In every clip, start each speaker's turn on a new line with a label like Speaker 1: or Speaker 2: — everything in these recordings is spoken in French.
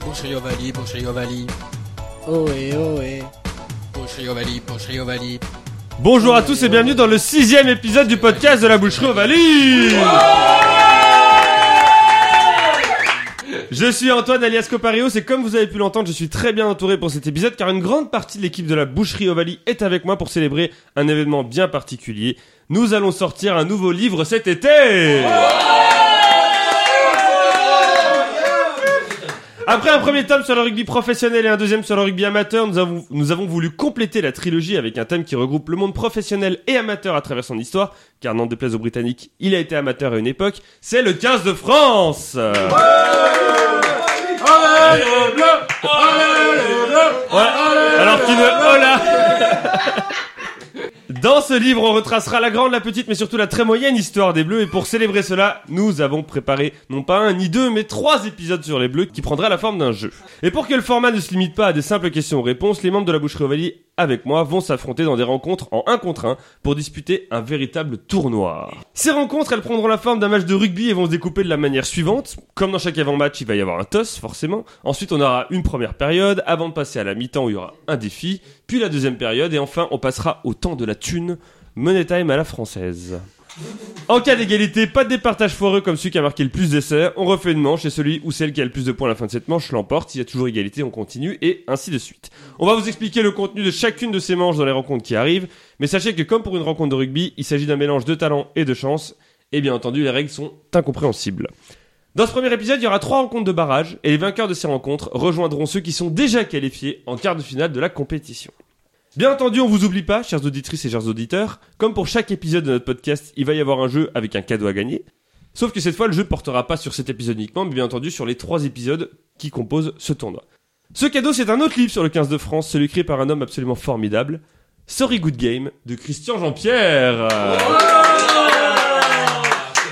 Speaker 1: Pochriovali, Pochriovali,
Speaker 2: Ohé, ohé.
Speaker 1: Pochriovali, Pochriovali.
Speaker 3: Bonjour à tous et bienvenue dans le sixième épisode du podcast de la boucherie au Valis Je suis Antoine alias Coparios et comme vous avez pu l'entendre, je suis très bien entouré pour cet épisode car une grande partie de l'équipe de la boucherie Ovalie est avec moi pour célébrer un événement bien particulier. Nous allons sortir un nouveau livre cet été Après un premier tome sur le rugby professionnel et un deuxième sur le rugby amateur, nous avons, nous avons voulu compléter la trilogie avec un thème qui regroupe le monde professionnel et amateur à travers son histoire, car n'en déplaise aux Britanniques, il a été amateur à une époque, c'est le 15 de France Ouais, alors qu'il ne... Oh là Dans ce livre, on retracera la grande, la petite, mais surtout la très moyenne histoire des Bleus. Et pour célébrer cela, nous avons préparé non pas un ni deux, mais trois épisodes sur les Bleus qui prendra la forme d'un jeu. Et pour que le format ne se limite pas à des simples questions-réponses, les membres de la Boucherie Ovalie, avec moi, vont s'affronter dans des rencontres en 1 contre 1 pour disputer un véritable tournoi. Ces rencontres, elles prendront la forme d'un match de rugby et vont se découper de la manière suivante. Comme dans chaque avant-match, il va y avoir un toss, forcément. Ensuite, on aura une première période, avant de passer à la mi-temps où il y aura un défi, puis la deuxième période, et enfin, on passera au temps de la thune, money time à la française. En cas d'égalité, pas de départage foireux comme celui qui a marqué le plus d'essais, on refait une manche et celui ou celle qui a le plus de points à la fin de cette manche l'emporte, s'il y a toujours égalité, on continue et ainsi de suite. On va vous expliquer le contenu de chacune de ces manches dans les rencontres qui arrivent, mais sachez que comme pour une rencontre de rugby, il s'agit d'un mélange de talent et de chance, et bien entendu les règles sont incompréhensibles. Dans ce premier épisode, il y aura trois rencontres de barrage, et les vainqueurs de ces rencontres rejoindront ceux qui sont déjà qualifiés en quart de finale de la compétition. Bien entendu, on vous oublie pas, chères auditrices et chers auditeurs. Comme pour chaque épisode de notre podcast, il va y avoir un jeu avec un cadeau à gagner. Sauf que cette fois, le jeu portera pas sur cet épisode uniquement, mais bien entendu sur les trois épisodes qui composent ce tournoi. Ce cadeau, c'est un autre livre sur le 15 de France, celui créé par un homme absolument formidable. Sorry Good Game de Christian Jean-Pierre.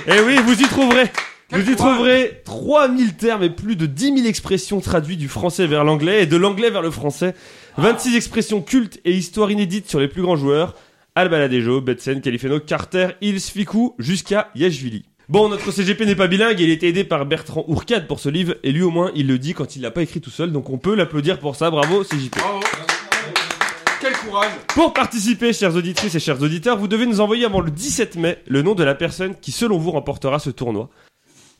Speaker 3: et oui, vous y trouverez. Vous y trouverez 3000 termes et plus de 10 000 expressions traduites du français vers l'anglais et de l'anglais vers le français. 26 expressions cultes et histoires inédites sur les plus grands joueurs. Albaladejo, Betsen, Califano, Carter, Hills, Ficou, jusqu'à Yashvili. Bon, notre CGP n'est pas bilingue, il a été aidé par Bertrand Ourcade pour ce livre, et lui au moins il le dit quand il l'a pas écrit tout seul, donc on peut l'applaudir pour ça, bravo CGP.
Speaker 4: Bravo. Quel courage
Speaker 3: Pour participer, chères auditrices et chers auditeurs, vous devez nous envoyer avant le 17 mai le nom de la personne qui, selon vous, remportera ce tournoi.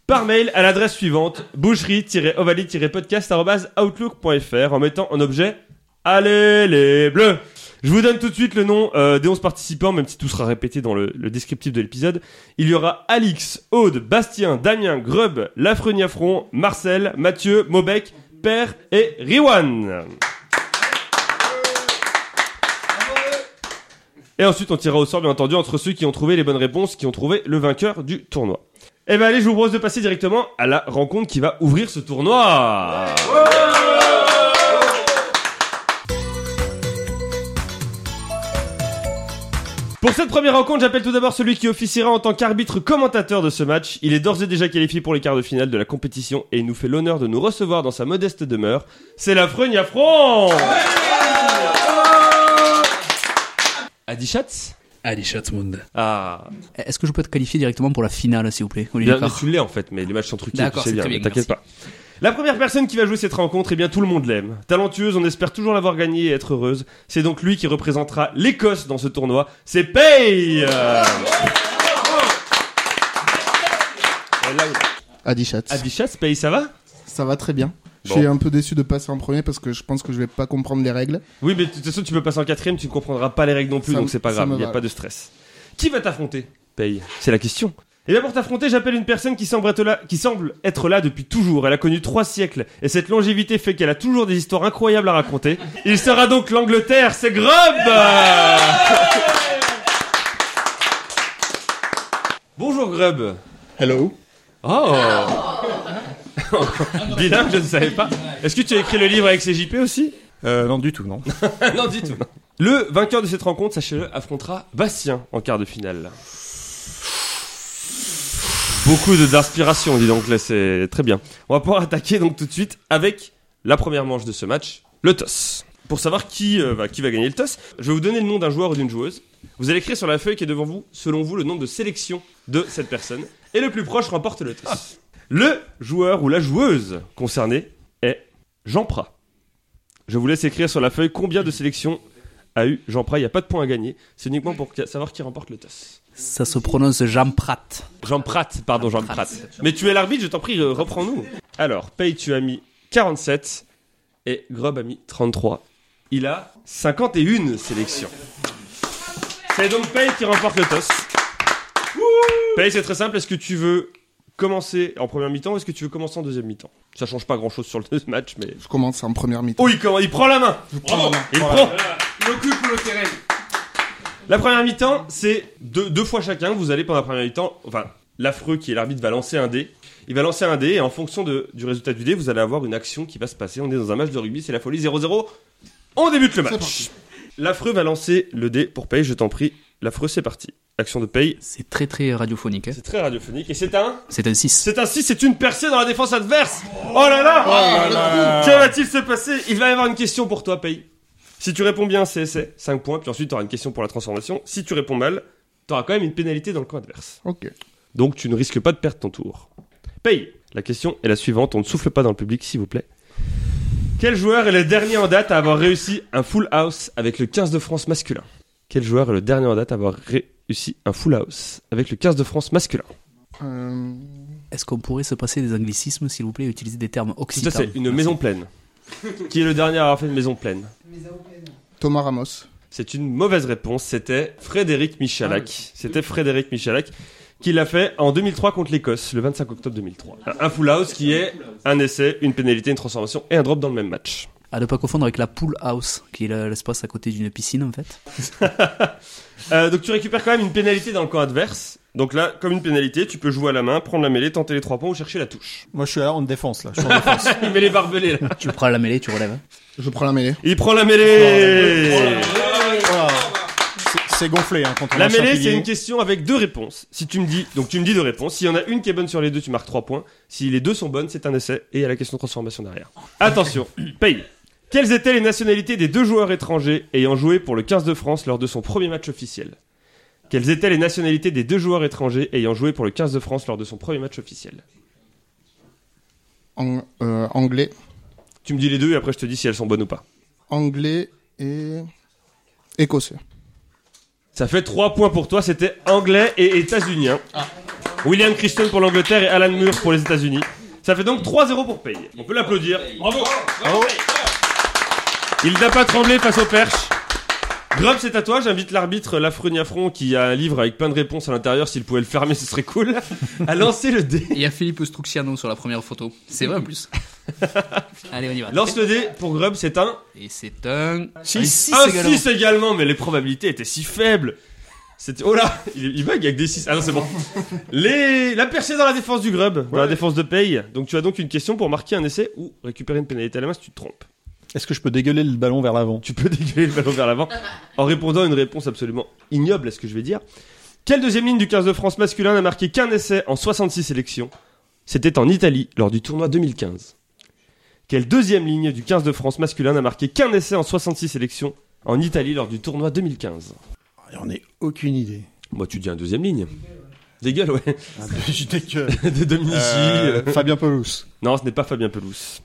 Speaker 3: Par mail à l'adresse suivante boucherie-ovalie-podcast.outlook.fr en mettant en objet Allez les bleus Je vous donne tout de suite le nom euh, des 11 participants, même si tout sera répété dans le, le descriptif de l'épisode. Il y aura Alix, Aude, Bastien, Damien, Grub, Lafreniafron, Marcel, Mathieu, Mobec, Père et Riwan. Et ensuite, on tirera au sort, bien entendu, entre ceux qui ont trouvé les bonnes réponses, qui ont trouvé le vainqueur du tournoi. Eh ben allez, je vous propose de passer directement à la rencontre qui va ouvrir ce tournoi. Pour cette première rencontre, j'appelle tout d'abord celui qui officiera en tant qu'arbitre commentateur de ce match. Il est d'ores et déjà qualifié pour les quarts de finale de la compétition et il nous fait l'honneur de nous recevoir dans sa modeste demeure. C'est la Frenia France Adi Schatz
Speaker 5: Allez, Schatzmund.
Speaker 3: Ah,
Speaker 6: Est-ce que je peux te qualifier directement pour la finale, s'il vous plaît, Olivier
Speaker 3: Bien, mais
Speaker 6: Carr
Speaker 3: tu l'es en fait, mais les matchs sont truqués, tu
Speaker 6: D'accord,
Speaker 3: sais
Speaker 6: c'est
Speaker 3: bien,
Speaker 6: très
Speaker 3: mais
Speaker 6: bien,
Speaker 3: t'inquiète pas. La première personne qui va jouer cette rencontre, eh bien tout le monde l'aime. Talentueuse, on espère toujours l'avoir gagnée et être heureuse. C'est donc lui qui représentera l'Écosse dans ce tournoi. C'est Pay Euh,
Speaker 2: Adichat.
Speaker 3: Abichat, Pay, ça va
Speaker 2: Ça va très bien. Je
Speaker 3: Bon.
Speaker 2: suis un peu déçu de passer en premier parce que je pense que je vais pas comprendre les règles.
Speaker 3: Oui, mais de toute façon, tu peux passer en quatrième, tu ne comprendras pas les règles non plus,
Speaker 2: Ça
Speaker 3: donc
Speaker 2: me-
Speaker 3: c'est pas
Speaker 2: ça
Speaker 3: grave,
Speaker 2: me
Speaker 3: il n'y a
Speaker 2: va.
Speaker 3: pas de stress. Qui va t'affronter Paye, c'est la question. Et bien pour t'affronter, j'appelle une personne qui semble, être là, qui semble être là depuis toujours. Elle a connu trois siècles, et cette longévité fait qu'elle a toujours des histoires incroyables à raconter. Il sera donc l'Angleterre, c'est Grub Bonjour Grub
Speaker 2: Hello.
Speaker 3: Oh Bilingue, je ne savais pas. Est-ce que tu as écrit le livre avec CJP aussi
Speaker 4: Euh, non, du tout, non.
Speaker 3: non, du tout. Le vainqueur de cette rencontre, sachez-le, affrontera Bastien en quart de finale. Beaucoup de- d'inspiration, dis donc, là, c'est très bien. On va pouvoir attaquer donc tout de suite avec la première manche de ce match, le toss. Pour savoir qui, euh, va, qui va gagner le toss, je vais vous donner le nom d'un joueur ou d'une joueuse. Vous allez écrire sur la feuille qui est devant vous, selon vous, le nombre de sélections de cette personne. Et le plus proche remporte le toss. Le joueur ou la joueuse concernée est Jean Prat. Je vous laisse écrire sur la feuille combien de sélections a eu Jean Prat. Il n'y a pas de points à gagner. C'est uniquement pour ca- savoir qui remporte le toss.
Speaker 6: Ça se prononce Jean Pratt.
Speaker 3: Jean Prat, pardon, Jean Prat. Mais tu es l'arbitre, je t'en prie, euh, reprends-nous. Alors, Paye, tu as mis 47 et Grob a mis 33. Il a 51 sélections. C'est donc Paye qui remporte le toss. Paye, c'est très simple. Est-ce que tu veux commencer en première mi-temps ou est-ce que tu veux commencer en deuxième mi-temps Ça change pas grand-chose sur le deuxième match, mais.
Speaker 2: Je commence en première mi-temps.
Speaker 3: Oh, il, commence- il prend la main Bravo. Il prend
Speaker 4: Il occupe le terrain.
Speaker 3: La première mi-temps, c'est deux, deux fois chacun. Vous allez pendant la première mi-temps, enfin, l'affreux qui est l'arbitre va lancer un dé. Il va lancer un dé et en fonction de- du résultat du dé, vous allez avoir une action qui va se passer. On est dans un match de rugby, c'est la folie 0-0. On débute le match. L'affreux va lancer le dé pour paye, je t'en prie. L'affreux, c'est parti. Action de paye.
Speaker 6: C'est très très radiophonique. hein.
Speaker 3: C'est très radiophonique et c'est un.
Speaker 6: C'est un 6.
Speaker 3: C'est ainsi, c'est une percée dans la défense adverse. Oh là là, Que va-t-il se passer Il va y avoir une question pour toi, Paye. Si tu réponds bien, c'est essai, 5 points, puis ensuite tu auras une question pour la transformation. Si tu réponds mal, tu auras quand même une pénalité dans le camp adverse.
Speaker 2: Ok.
Speaker 3: Donc tu ne risques pas de perdre ton tour. Paye. La question est la suivante, on ne souffle pas dans le public, s'il vous plaît. Quel joueur est le dernier en date à avoir réussi un full house avec le 15 de France masculin Quel joueur est le dernier en date à avoir réussi un full house avec le 15 de France masculin
Speaker 2: Euh,
Speaker 6: Est-ce qu'on pourrait se passer des anglicismes, s'il vous plaît, et utiliser des termes
Speaker 3: Tout à
Speaker 6: occitans
Speaker 3: fait, une maison pleine. Qui est le dernier à avoir fait une maison pleine
Speaker 2: Thomas Ramos.
Speaker 3: C'est une mauvaise réponse, c'était Frédéric Michalak. C'était Frédéric Michalak qui l'a fait en 2003 contre l'Écosse, le 25 octobre 2003. Un- Un full house qui est un essai, une pénalité, une transformation et un drop dans le même match.
Speaker 6: À ne pas confondre avec la pool house, qui est la- l'espace à côté d'une piscine en fait.
Speaker 3: Euh, donc tu récupères quand même une pénalité dans le camp adverse. Donc là, comme une pénalité, tu peux jouer à la main, prendre la mêlée, tenter les trois points ou chercher la touche.
Speaker 4: Moi, je suis là en défense, là. Je suis en défense.
Speaker 3: Il met les barbelés là.
Speaker 6: Tu prends la mêlée, tu relèves. hein.
Speaker 2: Je prends la mêlée.
Speaker 3: Il prend la mêlée
Speaker 4: Voilà. C'est- C'est gonflé, hein, contre
Speaker 3: La
Speaker 4: l'ancien
Speaker 3: mêlée,
Speaker 4: pilier.
Speaker 3: c'est une question avec deux réponses. Si tu me dis, donc tu me dis deux réponses. S'il y en a une qui est bonne sur les deux, tu marques trois points. Si les deux sont bonnes, c'est un essai et il y a la question de transformation derrière. Attention, paye. Quelles étaient les nationalités des deux joueurs étrangers ayant joué pour le 15 de France lors de son premier match officiel Quelles étaient les nationalités des deux joueurs étrangers ayant joué pour le 15 de France lors de son premier match officiel
Speaker 2: En, euh, anglais.
Speaker 3: Tu me dis les deux et après je te dis si elles sont bonnes ou pas.
Speaker 2: Anglais et. Écossais.
Speaker 3: Ça fait 3 points pour toi, c'était anglais et états-unien. William Christian pour l'Angleterre et Alan Moore pour les États-Unis. Ça fait donc 3-0 pour Paye. On peut l'applaudir. Bravo. Il n'a pas tremblé face aux perches. Grob, c'est à toi. J'invite l'arbitre Lafreniafron, qui a un livre avec plein de réponses à l'intérieur. S'il pouvait le fermer, ce serait cool. À lancer le dé.
Speaker 6: Il y a Philippe Strucciano sur la première photo. C'est vrai en plus. Allez, on y va.
Speaker 3: Lance le dé pour Grob, c'est un.
Speaker 6: Et c'est un.
Speaker 3: un 6 Ah, également, mais les probabilités étaient si faibles. C'était... Oh là, il, il bug avec des 6. Ah non, c'est bon. Les... La percée dans la défense du grub, dans la défense de paye. Donc tu as donc une question pour marquer un essai ou récupérer une pénalité à la main si tu te trompes.
Speaker 4: Est-ce que je peux dégueuler le ballon vers l'avant
Speaker 3: Tu peux dégueuler le ballon vers l'avant en répondant à une réponse absolument ignoble à ce que je vais dire. Quelle deuxième ligne du 15 de France masculin n'a marqué qu'un essai en 66 sélections C'était en Italie lors du tournoi 2015. Quelle deuxième ligne du 15 de France masculin n'a marqué qu'un essai en 66 sélections en Italie lors du tournoi 2015
Speaker 4: Ah, J'en ai aucune idée.
Speaker 3: Moi, tu dis un deuxième ligne. Des gueules, ouais.
Speaker 4: Ah, Je dis que.
Speaker 3: De Dominici. euh.
Speaker 4: Fabien Pelous.
Speaker 3: Non, ce n'est pas Fabien Pelouse.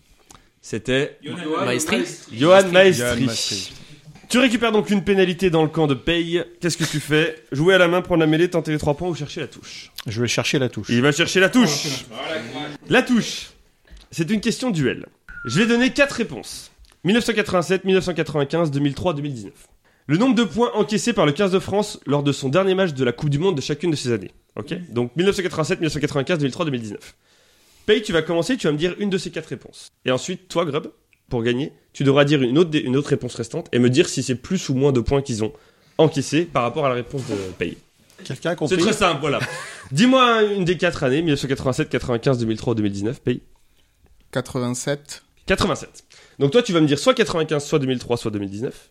Speaker 3: C'était
Speaker 6: Maestri
Speaker 3: Johan Maestri.
Speaker 4: Johan Maestri.
Speaker 3: Tu récupères donc une pénalité dans le camp de paye. Qu'est-ce que tu fais Jouer à la main, prendre la mêlée, tenter les trois points ou chercher la touche
Speaker 4: Je vais chercher la touche.
Speaker 3: Il va chercher la touche. La touche. C'est une question duel. Je vais donner quatre réponses. 1987, 1995, 2003, 2019. Le nombre de points encaissés par le 15 de France lors de son dernier match de la Coupe du Monde de chacune de ces années. Ok Donc 1987, 1995, 2003, 2019. Paye, tu vas commencer, tu vas me dire une de ces quatre réponses. Et ensuite, toi, Grub, pour gagner, tu devras dire une autre, dé- une autre réponse restante et me dire si c'est plus ou moins de points qu'ils ont encaissés par rapport à la réponse de Paye.
Speaker 4: Quelqu'un a
Speaker 3: C'est
Speaker 4: compris
Speaker 3: très simple, voilà. Dis-moi une des quatre années, 1987, 95, 2003, 2019, pays
Speaker 2: 87.
Speaker 3: 87. Donc toi, tu vas me dire soit 95, soit 2003, soit 2019.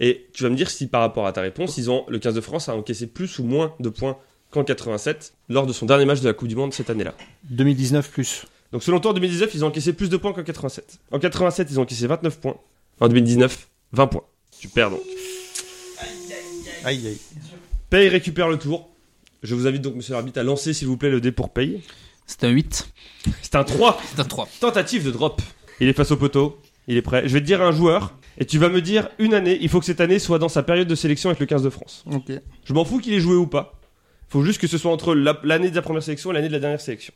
Speaker 3: Et tu vas me dire si par rapport à ta réponse, ils ont, le 15 de France a encaissé plus ou moins de points qu'en 87 lors de son dernier match de la Coupe du Monde cette année-là.
Speaker 4: 2019 plus.
Speaker 3: Donc selon toi, en 2019, ils ont encaissé plus de points qu'en 87. En 87, ils ont encaissé 29 points. En 2019, 20 points. Tu perds donc.
Speaker 4: Aïe, aïe.
Speaker 3: Paye récupère le tour. Je vous invite donc, monsieur l'arbitre, à lancer, s'il vous plaît, le dé pour paye.
Speaker 6: C'est un 8.
Speaker 3: C'est un 3
Speaker 6: C'est un 3.
Speaker 3: Tentative de drop. Il est face au poteau. Il est prêt. Je vais te dire un joueur et tu vas me dire une année. Il faut que cette année soit dans sa période de sélection avec le 15 de France.
Speaker 2: Ok.
Speaker 3: Je m'en fous qu'il ait joué ou pas. Faut juste que ce soit entre la- l'année de la première sélection et l'année de la dernière sélection.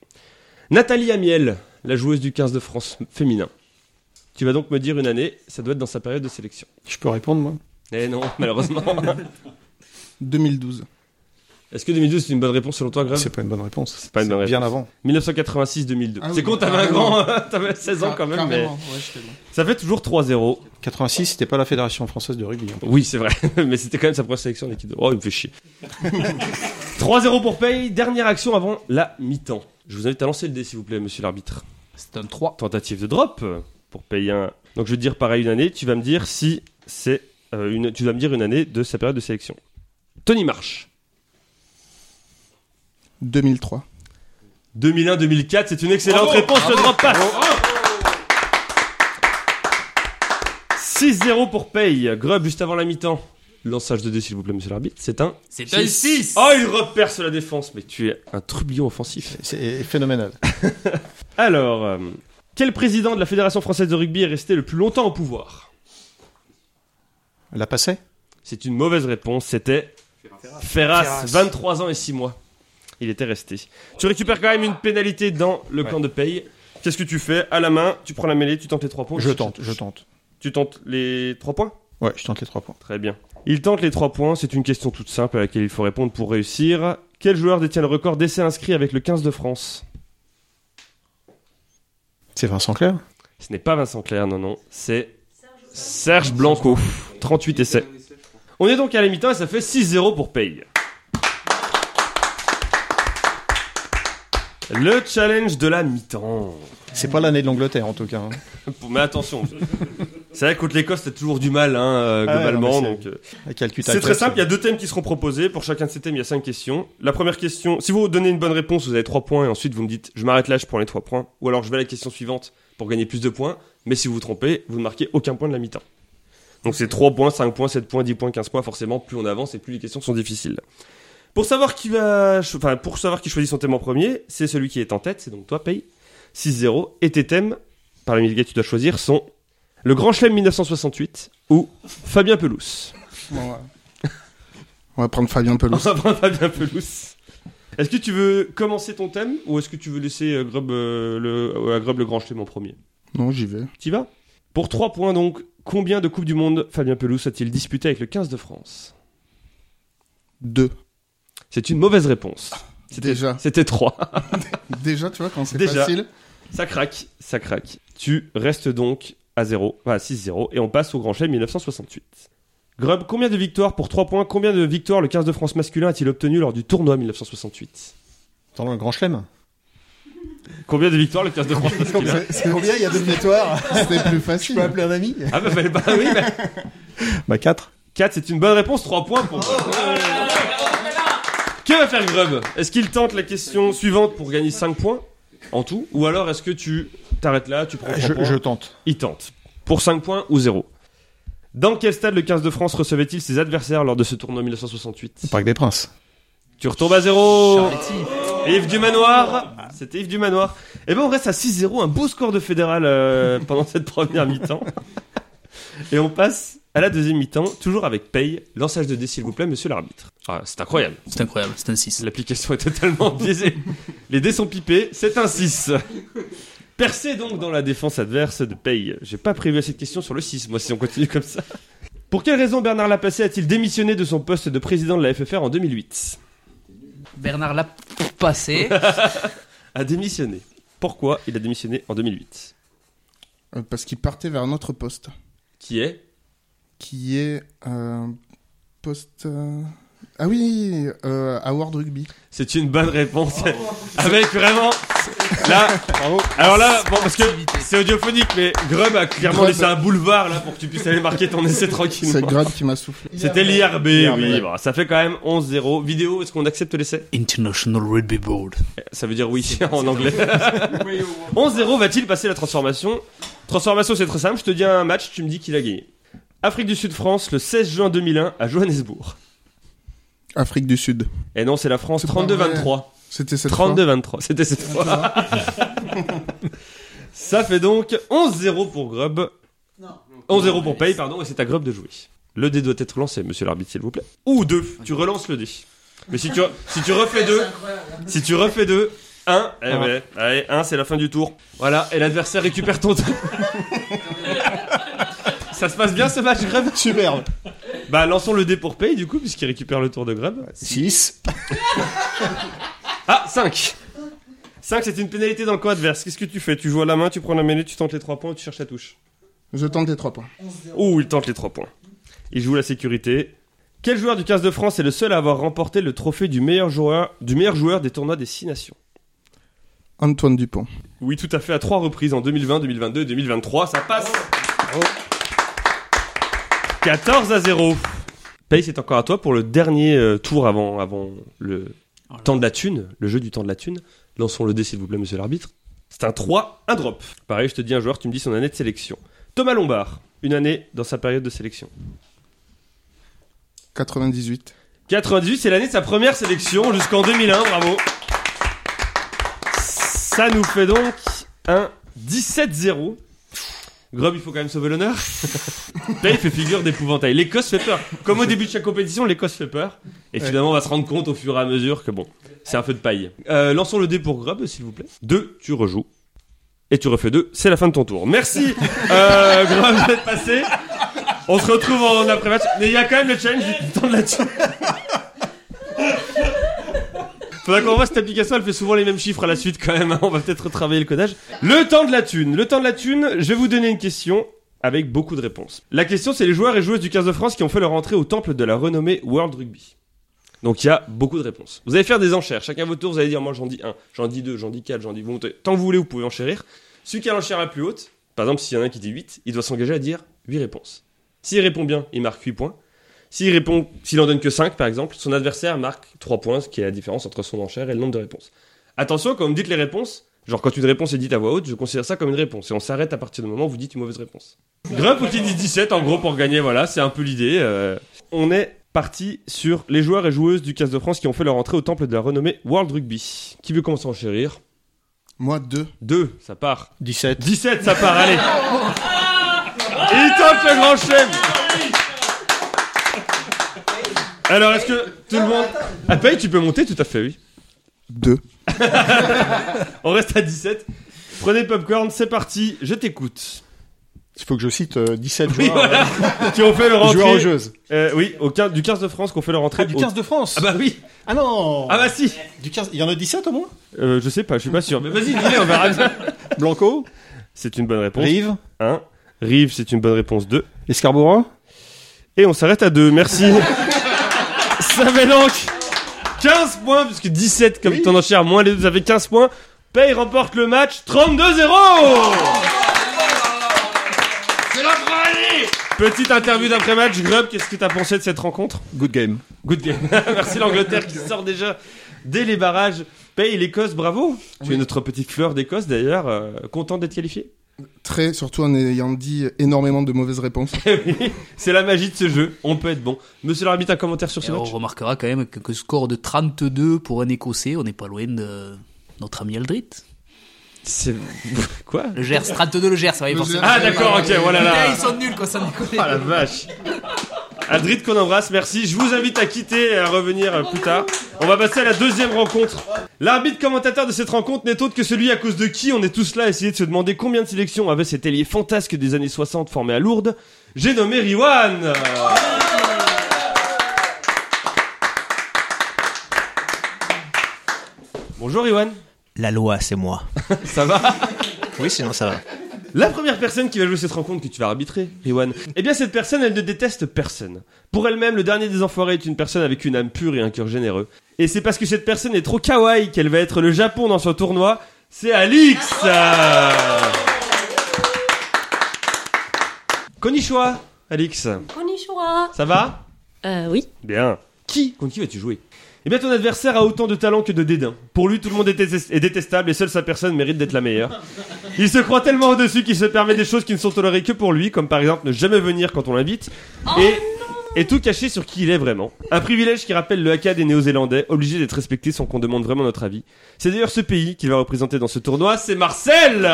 Speaker 3: Nathalie Amiel, la joueuse du 15 de France féminin. Tu vas donc me dire une année, ça doit être dans sa période de sélection.
Speaker 5: Je peux répondre, moi
Speaker 3: Eh non, malheureusement.
Speaker 2: 2012.
Speaker 3: Est-ce que 2012 c'est une bonne réponse selon toi, Graham
Speaker 5: C'est pas une bonne réponse. C'est
Speaker 3: pas une bonne
Speaker 5: Bien avant.
Speaker 3: 1986-2002.
Speaker 2: Ah oui,
Speaker 3: c'est con, t'avais un
Speaker 2: carrément.
Speaker 3: grand, t'avais 16 ans quand même, mais
Speaker 2: Ah, Carrément, ouais, j'étais bon.
Speaker 3: ça fait toujours 3-0.
Speaker 5: 86, c'était pas la Fédération française de rugby. en fait.
Speaker 3: Oui, c'est vrai, mais c'était quand même sa première sélection en équipe de- Oh, il me fait chier. 3-0 pour Paye, dernière action avant la mi-temps. Je vous invite à lancer le dé, s'il vous plaît, monsieur l'arbitre.
Speaker 6: C'est un 3.
Speaker 3: Tentative de drop euh, pour Paye un. Donc je vais te dire pareil une année, tu vas me dire si c'est euh, une. Tu vas me dire une année de sa période de sélection. Tony Marsh.
Speaker 2: 2003.
Speaker 3: 2001-2004, c'est une excellente réponse, le drop pass. 6-0 pour Paye. Grub juste avant la mi-temps. Lançage de dés, s'il vous plaît, monsieur l'arbitre. C'est un.
Speaker 6: C'est un 6.
Speaker 3: Oh, il reperce la défense, mais tu es un trublion offensif.
Speaker 5: C'est phénoménal.
Speaker 3: Alors, euh, quel président de la Fédération française de rugby est resté le plus longtemps au pouvoir
Speaker 5: La passée
Speaker 3: C'est une mauvaise réponse, c'était Ferras, 23 ans et 6 mois. Il était resté. Tu récupères quand même une pénalité dans le camp de paye. Qu'est-ce que tu fais À la main, tu prends la mêlée, tu tentes les 3 points.
Speaker 5: Je tente, je tente.
Speaker 3: Tu tentes les 3 points
Speaker 5: Ouais, je tente les trois points.
Speaker 3: Très bien. Il tente les 3 points, c'est une question toute simple à laquelle il faut répondre pour réussir. Quel joueur détient le record d'essais inscrits avec le 15 de France
Speaker 5: C'est Vincent Clair
Speaker 3: Ce n'est pas Vincent Clair, non, non. C'est Serge Blanco. 38 essais. On est donc à la mi-temps et ça fait 6-0 pour Paye. Le challenge de la mi-temps.
Speaker 5: C'est pas l'année de l'Angleterre, en tout cas. hein.
Speaker 3: Mais attention, c'est vrai que contre l'Écosse, t'as toujours du mal, hein, euh,
Speaker 5: Ah ouais,
Speaker 3: globalement.
Speaker 5: non, mais
Speaker 3: donc, euh,
Speaker 5: À Calcutta.
Speaker 3: C'est très simple, il y a deux thèmes qui seront proposés. Pour chacun de ces thèmes, il y a cinq questions. La première question, si vous donnez une bonne réponse, vous avez trois points et ensuite vous me dites je m'arrête là, je prends les trois points. Ou alors je vais à la question suivante pour gagner plus de points. Mais si vous vous trompez, vous ne marquez aucun point de la mi-temps. Donc c'est 3 points, 5 points, 7 points, 10 points, 15 points. Forcément, plus on avance et plus les questions sont difficiles. Pour savoir qui va, cho- enfin, pour savoir qui choisit son thème en premier, c'est celui qui est en tête, c'est donc toi, Paye. 6-0. Et tes thèmes, parmi lesquels tu dois choisir, sont le Grand Chelem 1968 ou Fabien Pelouse.
Speaker 2: Bon, ouais. On va prendre Fabien
Speaker 3: On
Speaker 2: Pelouse.
Speaker 3: va prendre Fabien Pelouse. Est-ce que tu veux commencer ton thème ou est-ce que tu veux laisser euh, Grub, euh, le, euh, à Grub le grand chelem en premier
Speaker 2: Non, j'y vais.
Speaker 3: T'y vas Pour 3 points donc, combien de Coupes du Monde Fabien Pelouse a-t-il disputé avec le 15 de France
Speaker 2: 2.
Speaker 3: C'est une mauvaise réponse. C'était-
Speaker 2: Déjà.
Speaker 3: C'était 3.
Speaker 2: Déjà, tu vois, quand c'est
Speaker 3: Déjà.
Speaker 2: facile.
Speaker 3: ça craque, ça craque. Tu restes donc à 0, enfin à 6-0 et on passe au grand chelem 1968. Grub, combien de victoires pour 3 points Combien de victoires le 15 de France masculin a-t-il obtenu lors du tournoi 1968
Speaker 5: Dans le Grand Chelem
Speaker 3: Combien de victoires le 15 de France masculin
Speaker 2: C'est combien Il y a deux victoires. C'était plus facile.
Speaker 5: un ami
Speaker 3: Ah bah, fallait pas- oui, bah.
Speaker 5: Bah, 4.
Speaker 3: 4, c'est une bonne réponse, 3 points pour Grub. Que va faire Grub Est-ce qu'il tente la question suivante pour gagner 5 points en tout Ou alors est-ce que tu t'arrêtes là, tu prends
Speaker 4: Euh,
Speaker 3: trois
Speaker 5: Je,
Speaker 3: points
Speaker 5: je tente.
Speaker 3: Il tente. Pour 5 points ou 0. Dans quel stade le 15 de France recevait-il ses adversaires lors de ce tournoi 1968
Speaker 5: Parc des Princes.
Speaker 3: Tu retombes à 0 Yves du Manoir C'était Yves du Manoir. Et ben on reste à 6-0, un beau score de fédéral euh, pendant cette première mi-temps. Et on passe à la deuxième mi-temps, toujours avec paye. Lançage de dés s'il vous plaît, monsieur l'arbitre. Ah, c'est incroyable.
Speaker 6: C'est incroyable, c'est un 6.
Speaker 3: L'application est totalement biaisée. Les dés sont pipés, c'est un 6. Percé donc dans la défense adverse de paye. J'ai pas prévu cette question sur le 6, moi, si on continue comme ça. Pour quelle raison Bernard Lapassé a-t-il démissionné de son poste de président de la FFR en 2008
Speaker 6: Bernard l'a passé.
Speaker 3: a démissionné. Pourquoi il a démissionné en 2008
Speaker 2: Euh, Parce qu'il partait vers un autre poste.
Speaker 3: Qui est
Speaker 2: Qui est. euh, poste. euh, Ah oui, euh, à World Rugby.
Speaker 3: C'est une bonne réponse. Avec vraiment. Là, alors là, bon, parce que c'est audiophonique, mais Grub a clairement
Speaker 2: Grub.
Speaker 3: laissé un boulevard là pour que tu puisses aller marquer ton essai
Speaker 2: C'est
Speaker 3: tranquillement.
Speaker 2: Grad qui m'a soufflé.
Speaker 3: C'était l'IRB, oui. bon, ça fait quand même 11-0. Vidéo, est-ce qu'on accepte l'essai
Speaker 6: International Rugby Board.
Speaker 3: Ça veut dire oui en anglais. 11-0 va-t-il passer la transformation Transformation, c'est très simple. Je te dis un match, tu me dis qu'il a gagné. Afrique du Sud-France, le 16 juin 2001 à Johannesburg.
Speaker 2: Afrique du Sud.
Speaker 3: Et Eh non, c'est la France
Speaker 2: C'est pas vrai.
Speaker 3: 32-23.
Speaker 2: C'était cette fois.
Speaker 3: 32-23, c'était cette fois. Ça fait donc 11-0 pour Grub. 1-0 pour Paye, pardon, et c'est à Grub de jouer. Le dé doit être lancé, monsieur l'arbitre, s'il vous plaît. Ou 2, tu relances le dé. Mais si tu, si tu refais 2, si tu refais 2, 1,
Speaker 2: Ah.
Speaker 3: eh ouais, allez, 1, c'est la fin du tour. Voilà, et l'adversaire récupère ton temps. Ça se passe bien ce match, Grub
Speaker 4: Superbe.
Speaker 3: Bah, lançons le dé pour Paye, du coup, puisqu'il récupère le tour de Grub.
Speaker 4: 6.
Speaker 3: Ah, 5 5, c'est une pénalité dans le camp adverse. Qu'est-ce que tu fais Tu joues à la main, tu prends la mêlée, tu tentes les 3 points ou tu cherches la touche
Speaker 2: Je tente les 3 points.
Speaker 3: Oh, il tente les 3 points. Il joue la sécurité. Quel joueur du 15 de France est le seul à avoir remporté le trophée du meilleur joueur, du meilleur joueur des tournois des 6 nations
Speaker 2: Antoine Dupont.
Speaker 3: Oui, tout à fait, à trois reprises en 2020, 2022 2023. Ça passe 14 à 0. Paye, c'est encore à toi pour le dernier euh, tour avant, avant le
Speaker 6: Oh là là.
Speaker 3: temps de la thune, le jeu du temps de la thune. Lançons le dé, s'il vous plaît, monsieur l'arbitre. C'est un 3, un drop. Pareil, je te dis un joueur, tu me dis son année de sélection. Thomas Lombard, une année dans sa période de sélection.
Speaker 2: 98.
Speaker 3: 98, c'est l'année de sa première sélection jusqu'en 2001, bravo. Ça nous fait donc un 17-0. Grob, il faut quand même sauver l'honneur. Là, il fait figure d'épouvantail. L'Écosse fait peur. Comme au début de chaque compétition, l'Écosse fait peur. Et
Speaker 2: Ouais.
Speaker 3: finalement, on va se rendre compte au fur et à mesure que bon, c'est un feu de paille. Euh, lançons le dé pour Grob, s'il vous plaît. 2, tu rejoues. Et tu refais 2, c'est la fin de ton tour. Merci, euh, Grob, d'être passé. On se retrouve en après-match. Mais il y a quand même le challenge du temps de la Faudra qu'on voit cette application, elle fait souvent les mêmes chiffres à la suite quand même. hein. On va peut-être retravailler le codage. Le temps de la thune. Le temps de la thune, je vais vous donner une question avec beaucoup de réponses. La question, c'est les joueurs et joueuses du 15 de France qui ont fait leur entrée au temple de la renommée World Rugby. Donc il y a beaucoup de réponses. Vous allez faire des enchères. Chacun à votre tour, vous allez dire moi j'en dis un, j'en dis deux, j'en dis quatre, j'en dis vous montez. Tant que vous voulez, vous pouvez enchérir. Celui qui a l'enchère la plus haute, par exemple s'il y en a un qui dit 8, il doit s'engager à dire 8 réponses. S'il répond bien, il marque 8 points. S'il répond, s'il en donne que 5 par exemple, son adversaire marque 3 points, ce qui est la différence entre son enchère et le nombre de réponses. Attention, quand vous me dites les réponses, genre quand une réponse est dite à voix haute, je considère ça comme une réponse. Et on s'arrête à partir du moment où vous dites une mauvaise réponse. Grump ou qui dit 17 en gros pour gagner, voilà, c'est un peu l'idée. euh. On est parti sur les joueurs et joueuses du 15 de France qui ont fait leur entrée au temple de la renommée World Rugby. Qui veut commencer à enchérir
Speaker 2: Moi 2.
Speaker 3: 2, ça part.
Speaker 5: 17.
Speaker 3: 17, ça part, allez. Il tente le grand chef. Alors, est-ce que tout le monde. Ah, Paye, tu peux monter, tout à fait, oui.
Speaker 2: 2.
Speaker 3: On reste à 17. Prenez le popcorn, c'est parti, je t'écoute.
Speaker 5: Il faut que je cite euh, 17
Speaker 3: Oui,
Speaker 5: joueurs,
Speaker 3: voilà. Qui ont fait leur
Speaker 5: euh, joueurs
Speaker 3: entrée.
Speaker 5: et joueuses.
Speaker 3: Euh, oui, au 15 du 15 de France, qu'on fait leur entrée.
Speaker 4: Ah, du
Speaker 3: au-
Speaker 4: 15 de France.
Speaker 3: Ah, bah oui.
Speaker 4: Ah non.
Speaker 3: Ah, bah si.
Speaker 4: Du 15. Il y en a 17 au moins
Speaker 3: Euh, je sais pas, je suis pas sûr. Mais vas-y, dis-le, on verra bien.
Speaker 5: Blanco,
Speaker 3: C'est une bonne réponse.
Speaker 5: Rive,
Speaker 3: 1. Rive, c'est une bonne réponse. 2.
Speaker 5: Escarborough.
Speaker 3: Et on s'arrête à 2, merci. ça fait donc 15 points, puisque 17 comme ton enchère, moins les deux, ça fait 15 points. Paye remporte le match 32-0 Petite interview d'après-match, Grub, qu'est-ce que t'as pensé de cette rencontre
Speaker 5: Good game.
Speaker 3: Good game. Merci l'Angleterre qui sort déjà dès les barrages. Paye l'Écosse, bravo Tu es notre petite fleur d'Écosse d'ailleurs, euh, content d'être qualifié
Speaker 2: Très, surtout en ayant dit énormément de mauvaises réponses.
Speaker 3: C'est la magie de ce jeu, on peut être bon. Monsieur l'arbitre, un commentaire sur
Speaker 6: Et
Speaker 3: ce
Speaker 6: on
Speaker 3: match
Speaker 6: remarquera quand même que, que score de 32 pour un Écossais, on n'est pas loin de notre ami Aldrit.
Speaker 3: C'est... Quoi
Speaker 6: Le Gers, 32 le Gers, ça va y
Speaker 2: Le
Speaker 6: forcément.
Speaker 2: Gers.
Speaker 3: Ah d'accord, ok, voilà là.
Speaker 6: Putain, Ils sont nuls quoi, sans déconner.
Speaker 3: Ah la vache. Aldrid qu'on embrasse, merci. Je vous invite à quitter et à revenir euh, plus tard. On va passer à la deuxième rencontre. L'arbitre commentateur de cette rencontre n'est autre que celui à cause de qui on est tous là à essayer de se demander combien de sélections avait cet ailier fantasque des années 60 formé à Lourdes. J'ai nommé Riwan. Euh, Bonjour Riwan.
Speaker 7: La loi, c'est moi.
Speaker 3: Ça va
Speaker 7: Oui, sinon ça va.
Speaker 3: La première personne qui va jouer cette rencontre que tu vas arbitrer, Riwan, eh bien cette personne, elle ne déteste personne. Pour elle-même, le dernier des enfoirés est une personne avec une âme pure et un cœur généreux. Et c'est parce que cette personne est trop kawaii qu'elle va être le Japon dans son tournoi. C'est Alix Konnichiwa, Alix.
Speaker 8: Konnichiwa
Speaker 3: Ça va
Speaker 8: Euh, oui.
Speaker 3: Bien. Qui Contre qui vas-tu jouer Eh bien ton adversaire a autant de talent que de dédain. Pour lui, tout le monde est, détest- est détestable et seule sa personne mérite d'être la meilleure. Il se croit tellement au-dessus qu'il se permet des choses qui ne sont tolérées que pour lui, comme par exemple ne jamais venir quand on l'invite, et, et tout cacher sur qui il est vraiment. Un privilège qui rappelle le haka des Néo-Zélandais, obligé d'être respecté sans qu'on demande vraiment notre avis. C'est d'ailleurs ce pays qu'il va représenter dans ce tournoi, c'est Marcel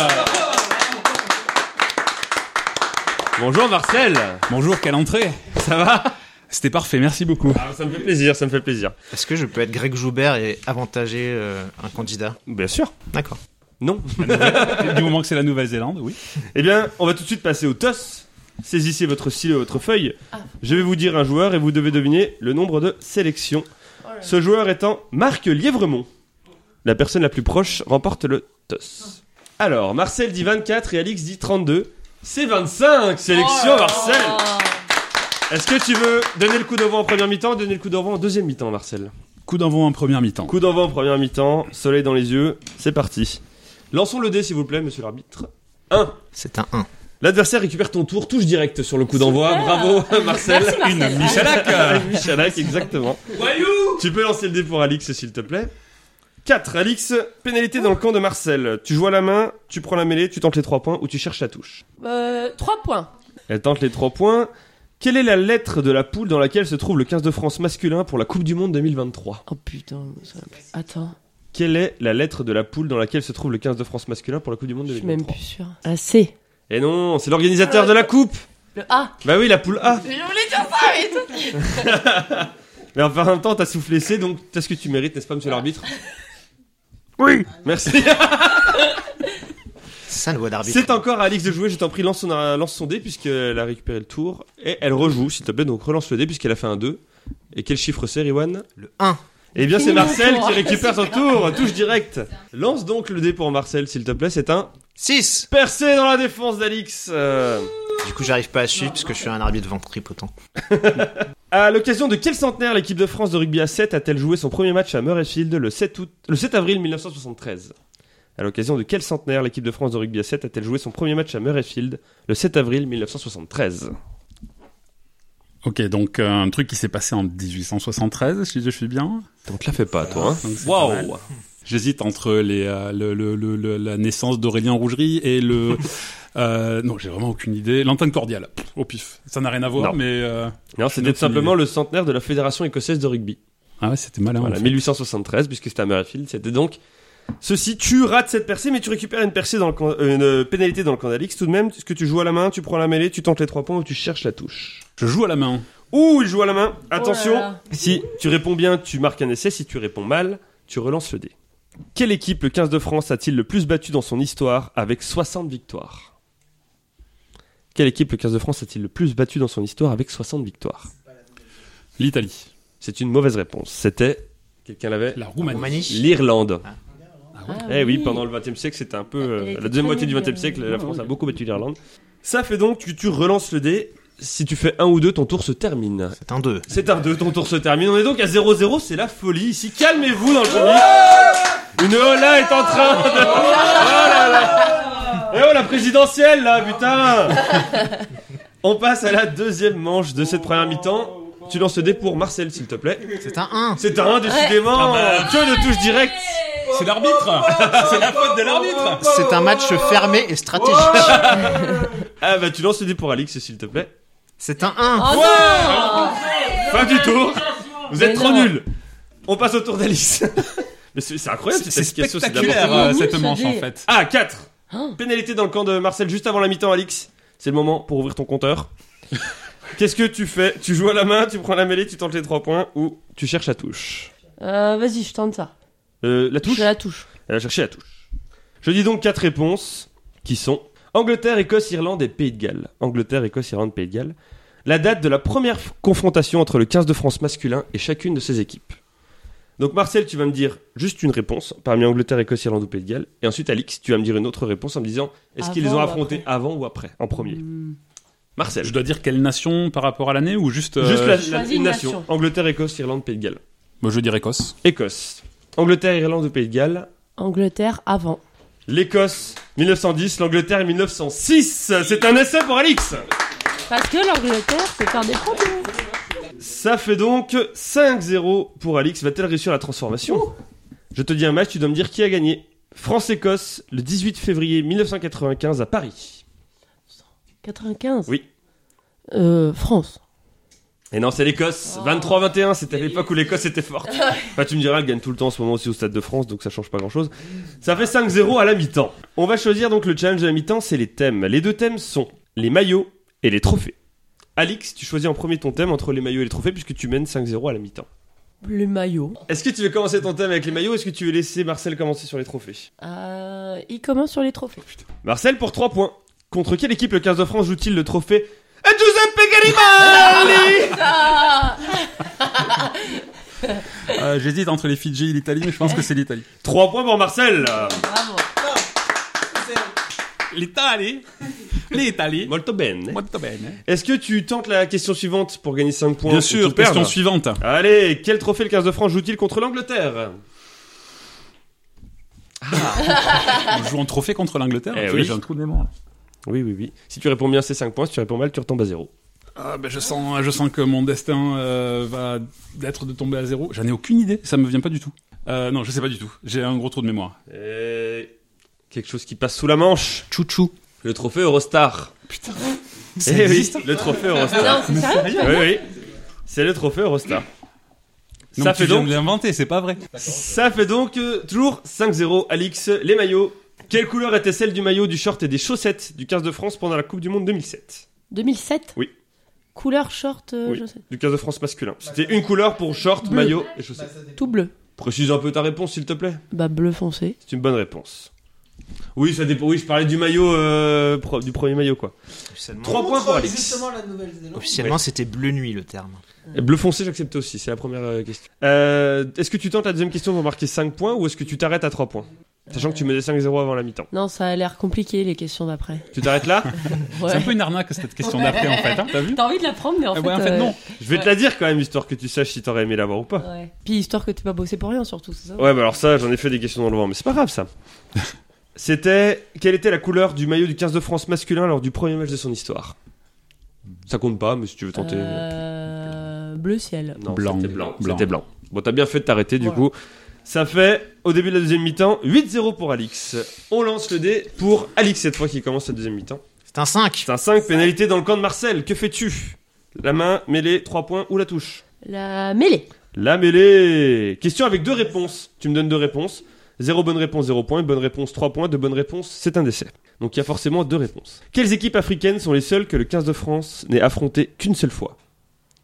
Speaker 3: Bonjour Marcel
Speaker 8: Bonjour, quelle entrée
Speaker 3: Ça va
Speaker 8: C'était parfait, merci beaucoup.
Speaker 3: Ah, Ça me fait plaisir, ça me fait plaisir.
Speaker 7: Est-ce que je peux être Greg Joubert et avantager euh, un candidat
Speaker 3: Bien sûr.
Speaker 7: D'accord.
Speaker 3: Non.
Speaker 8: du moment que c'est la Nouvelle-Zélande, oui.
Speaker 3: Eh bien, on va tout de suite passer au toss. Saisissez votre stylo et votre feuille. Je vais vous dire un joueur et vous devez deviner le nombre de sélections. Ce joueur étant Marc Lièvremont. La personne la plus proche remporte le toss. Alors, Marcel dit 24 et Alix dit 32. C'est 25
Speaker 9: Oh
Speaker 3: sélections, Marcel Est-ce que tu veux donner le coup d'avant en première mi-temps et donner le coup d'avant en deuxième mi-temps, Marcel
Speaker 8: Coup d'envoi en première mi-temps.
Speaker 3: Coup d'envoi en première mi-temps, soleil dans les yeux, c'est parti. Lançons le dé, s'il vous plaît, monsieur l'arbitre. 1.
Speaker 7: C'est un 1.
Speaker 3: L'adversaire récupère ton tour, touche direct sur le coup d'envoi. Bravo, Marcel.
Speaker 9: Merci, Marcel.
Speaker 3: Une Michalak. Une Michalak, exactement. tu peux lancer le dé pour Alix, s'il te plaît. 4. Alix, pénalité dans le camp de Marcel. Tu joues à la main, tu prends la mêlée, tu tentes les 3 points ou tu cherches la touche.
Speaker 9: Euh, 3 points.
Speaker 3: Elle tente les 3 points. Quelle est la lettre de la poule dans laquelle se trouve le 15 de France masculin pour la Coupe du Monde 2023
Speaker 9: Oh putain, ça... attends,
Speaker 3: Quelle est la lettre de la poule dans laquelle se trouve le 15 de France masculin pour la Coupe du Monde
Speaker 9: je suis même
Speaker 3: 2023
Speaker 9: plus sûr. Ah, C.
Speaker 3: Et Eh non, c'est l'organisateur de la Coupe
Speaker 9: Le A.
Speaker 3: Bah oui, la poule A
Speaker 9: Je voulais dire ça, mais tout.
Speaker 3: Mais enfin, en même temps, t'as soufflé C, donc t'as ce que tu mérites, n'est-ce pas, monsieur l'arbitre Oui Merci
Speaker 7: Ça, le voix d'arbitre.
Speaker 3: C'est encore à Alix de jouer, je t'en prie, lance son, euh, lance son dé, puisqu'elle a récupéré le tour. Et elle rejoue, s'il te plaît, donc relance le dé, puisqu'elle a fait un 2. Et quel chiffre c'est, Riwan
Speaker 7: Le 1.
Speaker 3: Eh bien, c'est
Speaker 9: Fini mon
Speaker 3: Marcel
Speaker 9: tour.
Speaker 3: qui récupère son tour Touche direct Lance donc le dé pour Marcel, s'il te plaît, c'est un
Speaker 7: 6.
Speaker 3: percé dans la défense d'Alix Euh,
Speaker 7: Du coup, j'arrive pas à suivre parce que je suis un arbitre ventripotent.
Speaker 3: À l'occasion de quel centenaire l'équipe de France de rugby à 7 a-t-elle joué son premier match à Murrayfield le 7, août, le 7 avril 1973 À l'occasion de quel centenaire l'équipe de France de rugby à 7 a-t-elle joué son premier match à Murrayfield le 7 avril 1973
Speaker 8: Ok, donc euh, un truc qui s'est passé en 1873, si je suis bien.
Speaker 3: Donc la fais pas toi. hein.
Speaker 8: Donc, c'est pas mal.
Speaker 3: Waouh
Speaker 8: J'hésite entre les, euh, le- le- le- le- la naissance d'Aurélien Rougerie et le... euh, non, j'ai vraiment aucune idée. L'entente cordiale, Pff, au pif. Ça n'a rien à voir,
Speaker 3: Non.
Speaker 8: mais... euh,
Speaker 3: Non,
Speaker 8: Aucune
Speaker 3: c'était tout simplement
Speaker 8: idée.
Speaker 3: le centenaire de la Fédération écossaise de rugby.
Speaker 8: Ah ouais, c'était malin.
Speaker 3: Voilà,
Speaker 8: en fait.
Speaker 3: 1873 puisque c'était à Murrayfield, c'était donc Ceci, tu rates cette percée, mais tu récupères une, percée dans le camp- euh, une euh, pénalité dans le camp d'Alix. Tout de même, ce que tu joues à la main, tu prends la mêlée, tu tentes les trois points ou tu cherches la touche.
Speaker 8: Je joue à la main.
Speaker 3: Ouh, il joue à la main. Attention,
Speaker 9: Oh là là.
Speaker 3: si tu réponds bien, tu marques un essai. Si tu réponds mal, tu relances le dé. Quelle équipe le 15 de France a-t-il le plus battu dans son histoire avec 60 victoires Quelle équipe le 15 de France a-t-il le plus battu dans son histoire avec 60 victoires
Speaker 8: L'Italie.
Speaker 3: C'est une mauvaise réponse. C'était. Quelqu'un l'avait
Speaker 8: La Roumanie.
Speaker 7: Roumanie.
Speaker 3: L'Irlande.
Speaker 9: Ah
Speaker 3: Eh oui, pendant le XXe siècle, c'était un peu. euh,
Speaker 9: Elle était
Speaker 3: la deuxième moitié du
Speaker 9: très
Speaker 3: XXe siècle, la
Speaker 8: Ouais,
Speaker 3: France a
Speaker 8: ouais.
Speaker 3: beaucoup battu l'Irlande. Ça fait donc que tu relances le dé. Si tu fais un ou deux, ton tour se termine.
Speaker 7: C'est un 2.
Speaker 3: C'est un 2, ton tour se termine. On est donc à 0-0, c'est la folie ici. Calmez-vous dans le public. Une hola est en train de. Oh là là. Eh oh, la présidentielle là, putain On passe à la deuxième manche de cette première mi-temps. Tu lances le dé pour Marcel, s'il te plaît.
Speaker 7: C'est un 1.
Speaker 3: C'est un 1, décidément. Que de touche directe.
Speaker 8: C'est l'arbitre Ah bah. C'est la faute de l'arbitre
Speaker 7: C'est un match fermé et stratégique.
Speaker 3: Ah bah, tu lances le dé pour Alix, s'il te plaît.
Speaker 7: C'est un 1.
Speaker 9: Oh non
Speaker 3: Fin du tour. Vous êtes
Speaker 9: Mais
Speaker 3: trop
Speaker 9: non.
Speaker 3: nuls. On passe au tour d'Alix. Mais c'est c'est incroyable cette
Speaker 8: C'est
Speaker 3: application, c'est d'abord
Speaker 8: spectaculaire euh, cette manche en fait.
Speaker 3: Ah, 4
Speaker 9: Hein
Speaker 3: Pénalité dans le camp de Marcel juste avant la mi-temps, Alix. C'est le moment pour ouvrir ton compteur. Qu'est-ce que tu fais Tu joues à la main, tu prends la mêlée, tu tentes les 3 points ou tu cherches la touche
Speaker 9: Euh, Vas-y, je tente ça.
Speaker 3: Euh, La touche
Speaker 9: Je la touche.
Speaker 3: Elle va chercher la touche. Je dis donc quatre réponses qui sont Angleterre, Écosse, Irlande et Pays de Galles. Angleterre, Écosse, Irlande, Pays de Galles. La date de la première f- confrontation entre le 15 de France masculin et chacune de ses équipes. Donc Marcel, tu vas me dire juste une réponse parmi Angleterre, Écosse, Irlande ou Pays de Galles. Et ensuite Alix, tu vas me dire une autre réponse en me disant est-ce qu'ils les
Speaker 9: Avant
Speaker 3: ont
Speaker 9: ou
Speaker 3: affrontés avant ou après en premier.
Speaker 9: Hmm.
Speaker 3: Marcel,
Speaker 8: Je dois dire quelle nation par rapport à l'année ou juste. euh,
Speaker 3: juste la,
Speaker 9: je
Speaker 3: la-
Speaker 9: choisis
Speaker 3: une
Speaker 9: une
Speaker 3: nation.
Speaker 9: nation.
Speaker 3: Angleterre, Écosse, Irlande, Pays de Galles.
Speaker 8: Moi, je dirais Écosse.
Speaker 3: Écosse. Angleterre, Irlande ou Pays de Galles.
Speaker 9: Angleterre avant.
Speaker 3: L'Écosse 1910, l'Angleterre 1906. C'est un essai pour Alix.
Speaker 9: Parce que l'Angleterre, c'est un des premiers.
Speaker 3: Ça fait donc 5-0 pour Alix. Va-t-elle réussir la transformation Je te dis un match, tu dois me dire qui a gagné. France-Écosse le 18 février 1995 à Paris.
Speaker 9: 95
Speaker 3: Oui.
Speaker 9: Euh, France.
Speaker 3: Et non, c'est l'Écosse. 23-21, c'était à l'époque où l'Écosse était forte. Enfin, tu me diras, elle gagne tout le temps en ce moment aussi au Stade de France, donc ça change pas grand chose. Ça fait 5-0 à la mi-temps. On va choisir donc le challenge de la mi-temps, c'est les thèmes. Les deux thèmes sont les maillots et les trophées. Alix, tu choisis en premier ton thème entre les maillots et les trophées puisque tu mènes 5-0 à la mi-temps.
Speaker 9: Le maillot.
Speaker 3: Est-ce que tu veux commencer ton thème avec les maillots ou est-ce que tu veux laisser Marcel commencer sur les trophées
Speaker 9: Euh, il commence sur les trophées.
Speaker 3: Marcel pour 3 points. Contre quelle équipe le 15 de France joue-t-il le trophée Giuseppe Garibaldi
Speaker 9: Ah.
Speaker 8: Euh, J'hésite entre les Fidji et l'Italie, mais je pense que c'est l'Italie.
Speaker 3: 3 points pour Marcel
Speaker 9: Bravo.
Speaker 8: L'Italie L'Italie
Speaker 3: Molto bene.
Speaker 8: Molto bene.
Speaker 3: Est-ce que tu tentes la question suivante pour gagner 5 points
Speaker 8: Bien
Speaker 3: ou
Speaker 8: sûr,
Speaker 3: tout perdre
Speaker 8: question suivante.
Speaker 3: Allez, quel trophée le 15 de France joue-t-il contre l'Angleterre
Speaker 8: On joue en trophée contre l'Angleterre hein,
Speaker 3: Eh
Speaker 8: Tu vois,
Speaker 3: oui.
Speaker 8: J'ai un trou de mémoire.
Speaker 3: Oui, oui, oui. Si tu réponds bien, c'est 5 points. Si tu réponds mal, tu retombes à 0.
Speaker 8: Ah, ben, je, sens, je sens que mon destin euh, va d'être de tomber à zéro. J'en ai aucune idée, ça me vient pas du tout. Euh, non, je sais pas du tout. J'ai un gros trou de mémoire.
Speaker 3: Euh, Quelque chose qui passe sous la manche.
Speaker 6: Chouchou.
Speaker 3: Le trophée Eurostar. Putain. Eh oui, le trophée Eurostar.
Speaker 9: Non, c'est sérieux
Speaker 3: oui, oui. C'est le trophée Eurostar.
Speaker 8: Non,
Speaker 3: ça,
Speaker 8: mais tu
Speaker 3: fait
Speaker 8: viens
Speaker 3: donc,
Speaker 8: de l'inventer, c'est pas vrai.
Speaker 3: ça fait donc euh, toujours 5-0. Alix, les maillots. Quelle couleur était celle du maillot, du short et des chaussettes du 15 de France pendant la Coupe du Monde 2007
Speaker 9: 2007
Speaker 3: Oui.
Speaker 9: Couleur short, euh,
Speaker 3: Oui.
Speaker 9: je sais.
Speaker 3: Du 15 de France masculin. C'était une couleur pour short, maillot et chaussettes.
Speaker 9: Tout bleu.
Speaker 3: Précise un peu ta réponse, s'il te plaît.
Speaker 9: Bah, bleu foncé.
Speaker 3: C'est une bonne réponse. Oui, ça dépend. Oui, je parlais du maillot, euh, pro- du premier maillot, quoi.
Speaker 7: Officiellement,
Speaker 3: 3 points pour Alix.
Speaker 7: officiellement, c'était bleu nuit le terme.
Speaker 3: Et Bleu foncé, j'accepte aussi, c'est la première euh, question. Euh, est-ce que tu tentes la deuxième question pour marquer 5 points ou est-ce que tu t'arrêtes à 3 points Sachant que tu menais 5-0 avant la mi-temps.
Speaker 9: Non, ça a l'air compliqué les questions d'après.
Speaker 3: Tu t'arrêtes là
Speaker 9: Ouais.
Speaker 8: C'est un peu une arnaque cette question d'après en fait, hein, t'as vu
Speaker 9: T'as envie de la prendre, mais en
Speaker 8: Eh
Speaker 9: fait.
Speaker 8: ouais, en fait,
Speaker 9: euh,
Speaker 8: non.
Speaker 3: Je vais te la dire quand même, histoire que tu saches si t'aurais aimé l'avoir ou pas.
Speaker 9: ouais. Puis histoire que t'aies pas bossé pour rien, surtout, c'est ça
Speaker 3: Ouais, bah alors ça, j'en ai fait des questions dans le vent, mais c'est pas grave ça. C'était. Quelle était la couleur du maillot du 15 de France masculin lors du premier match de son histoire Ça compte pas, mais si tu veux tenter. euh,
Speaker 9: Euh, Bleu ciel.
Speaker 3: Non,
Speaker 8: Blanc.
Speaker 3: c'était blanc.
Speaker 8: Blanc.
Speaker 3: C'était blanc. Bon, t'as bien fait de t'arrêter du
Speaker 9: Voilà.
Speaker 3: coup. Ça fait, au début de la deuxième mi-temps, 8-0 pour Alix. On lance le dé pour Alix cette fois qui commence la deuxième mi-temps.
Speaker 7: C'est un 5.
Speaker 3: C'est un 5, pénalité dans le camp de Marcel. Que fais-tu La main, mêlée, 3 points ou la touche
Speaker 9: La mêlée.
Speaker 3: La mêlée Question avec deux réponses. Tu me donnes deux réponses. Zéro bonne réponse, zéro point. Une bonne réponse, trois points. Deux bonnes réponses, c'est un décès. Donc il y a forcément deux réponses. Quelles équipes africaines sont les seules que le 15 de France n'ait affrontées qu'une seule fois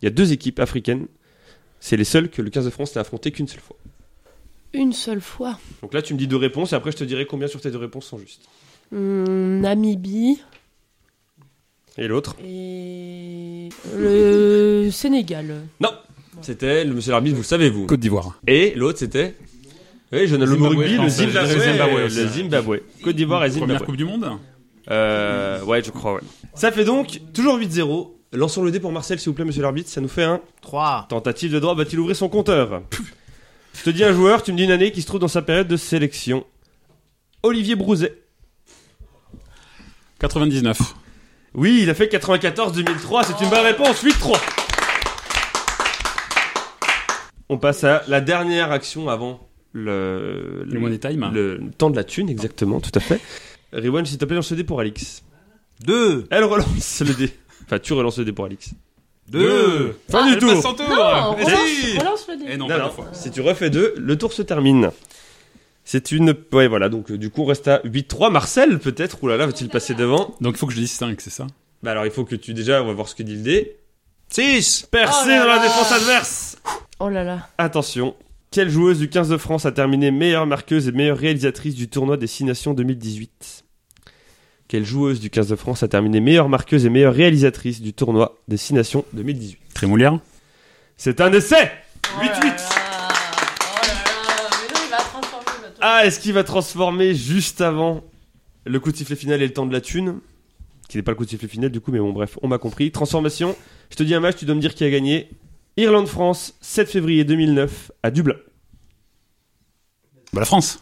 Speaker 3: Il y a deux équipes africaines. C'est les seules que le 15 de France n'a affrontées qu'une seule fois.
Speaker 9: Une seule fois.
Speaker 3: Donc là, tu me dis deux réponses et après, je te dirai combien sur tes deux réponses sont justes.
Speaker 9: Hum, Namibie
Speaker 3: Et l'autre
Speaker 9: et le Sénégal.
Speaker 3: Non C'était le monsieur l'arbitre, vous le savez, vous.
Speaker 8: Côte d'Ivoire.
Speaker 3: Et l'autre, c'était. Oui, je ne le mot
Speaker 8: Zimbabwe,
Speaker 3: rugby,
Speaker 8: non,
Speaker 3: le
Speaker 8: c'est-
Speaker 3: Zimbabwe.
Speaker 8: le Zimbabwe
Speaker 3: Le
Speaker 8: aussi.
Speaker 3: Zimbabwe. Côte d'Ivoire bah et
Speaker 8: Première
Speaker 3: Zimbabwe.
Speaker 8: Coupe du Monde
Speaker 3: Euh, ouais, je crois, ouais. Ça fait donc toujours 8-0. Lançons le dé pour Marcel, s'il vous plaît, monsieur l'arbitre. Ça nous fait un
Speaker 7: 3.
Speaker 3: tentative de droit. Va-t-il ouvrir son compteur Je te dis un joueur, tu me dis une année qui se trouve dans sa période de sélection. Olivier Brouzet.
Speaker 8: 99.
Speaker 3: Oui, il a fait 94-2003. C'est une bonne réponse. 8-3. On passe à la dernière action avant le,
Speaker 8: Le Money Time.
Speaker 3: le temps de la thune, exactement, tout à fait. Rewan, s'il te plaît, lance le dé pour Alix.
Speaker 7: 2.
Speaker 3: Elle relance le dé. Enfin, tu relances le dé pour Alix.
Speaker 7: 2.
Speaker 8: Ah,
Speaker 3: Fin du tour.
Speaker 9: Non,
Speaker 8: Eh si
Speaker 9: relance, relance le
Speaker 8: Eh
Speaker 9: dé.
Speaker 8: non,
Speaker 3: Non,
Speaker 8: pas
Speaker 3: non,
Speaker 8: deux fois.
Speaker 3: Si tu refais deux, le tour se termine. C'est une. Ouais, voilà, donc euh, du coup, on reste à 8-3. Marcel, peut-être Ouh là là, va-t-il passer devant
Speaker 8: Donc il faut que je dise 5, c'est ça
Speaker 3: Bah alors, il faut que tu. Déjà, on va voir ce que dit le dé.
Speaker 7: 6.
Speaker 3: Percé
Speaker 9: Oh là
Speaker 3: dans la
Speaker 9: là.
Speaker 3: défense adverse
Speaker 9: Oh là là.
Speaker 3: Attention. Quelle joueuse du 15 de France a terminé meilleure marqueuse et meilleure réalisatrice du tournoi des Six Nations 2018 Quelle joueuse du 15 de France a terminé meilleure marqueuse et meilleure réalisatrice du tournoi des Six Nations 2018
Speaker 8: Trémoulière
Speaker 3: C'est un essai 8-8 Ah, est-ce qu'il va transformer juste avant le coup de sifflet final et le temps de la thune Qui n'est pas le coup de sifflet final du coup, mais bon, bref, on m'a compris. Transformation, je te dis un match, tu dois me dire qui a gagné. Irlande-France, 7 février 2009, à Dublin.
Speaker 8: Bah la France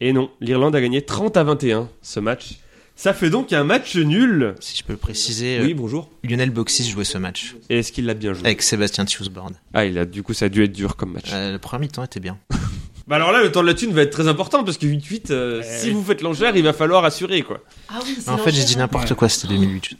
Speaker 3: Et non, l'Irlande a gagné 30 à 21 ce match. Ça fait donc un match nul.
Speaker 7: Si je peux le préciser,
Speaker 3: Oui,
Speaker 7: euh,
Speaker 3: bonjour.
Speaker 7: Lionel Boxis jouait ce match
Speaker 3: Et est-ce qu'il l'a bien joué
Speaker 7: avec Sébastien Tchousbord.
Speaker 3: Ah, il a, du coup, ça a dû être dur comme match.
Speaker 7: Euh, le premier mi-temps était bien.
Speaker 3: Bah alors là, le temps de la thune va être très important parce que 8-8, euh, si vous faites l'enchère, il va falloir assurer quoi.
Speaker 9: Ah oui, c'est
Speaker 7: en fait, j'ai dit n'importe quoi, c'était 2008.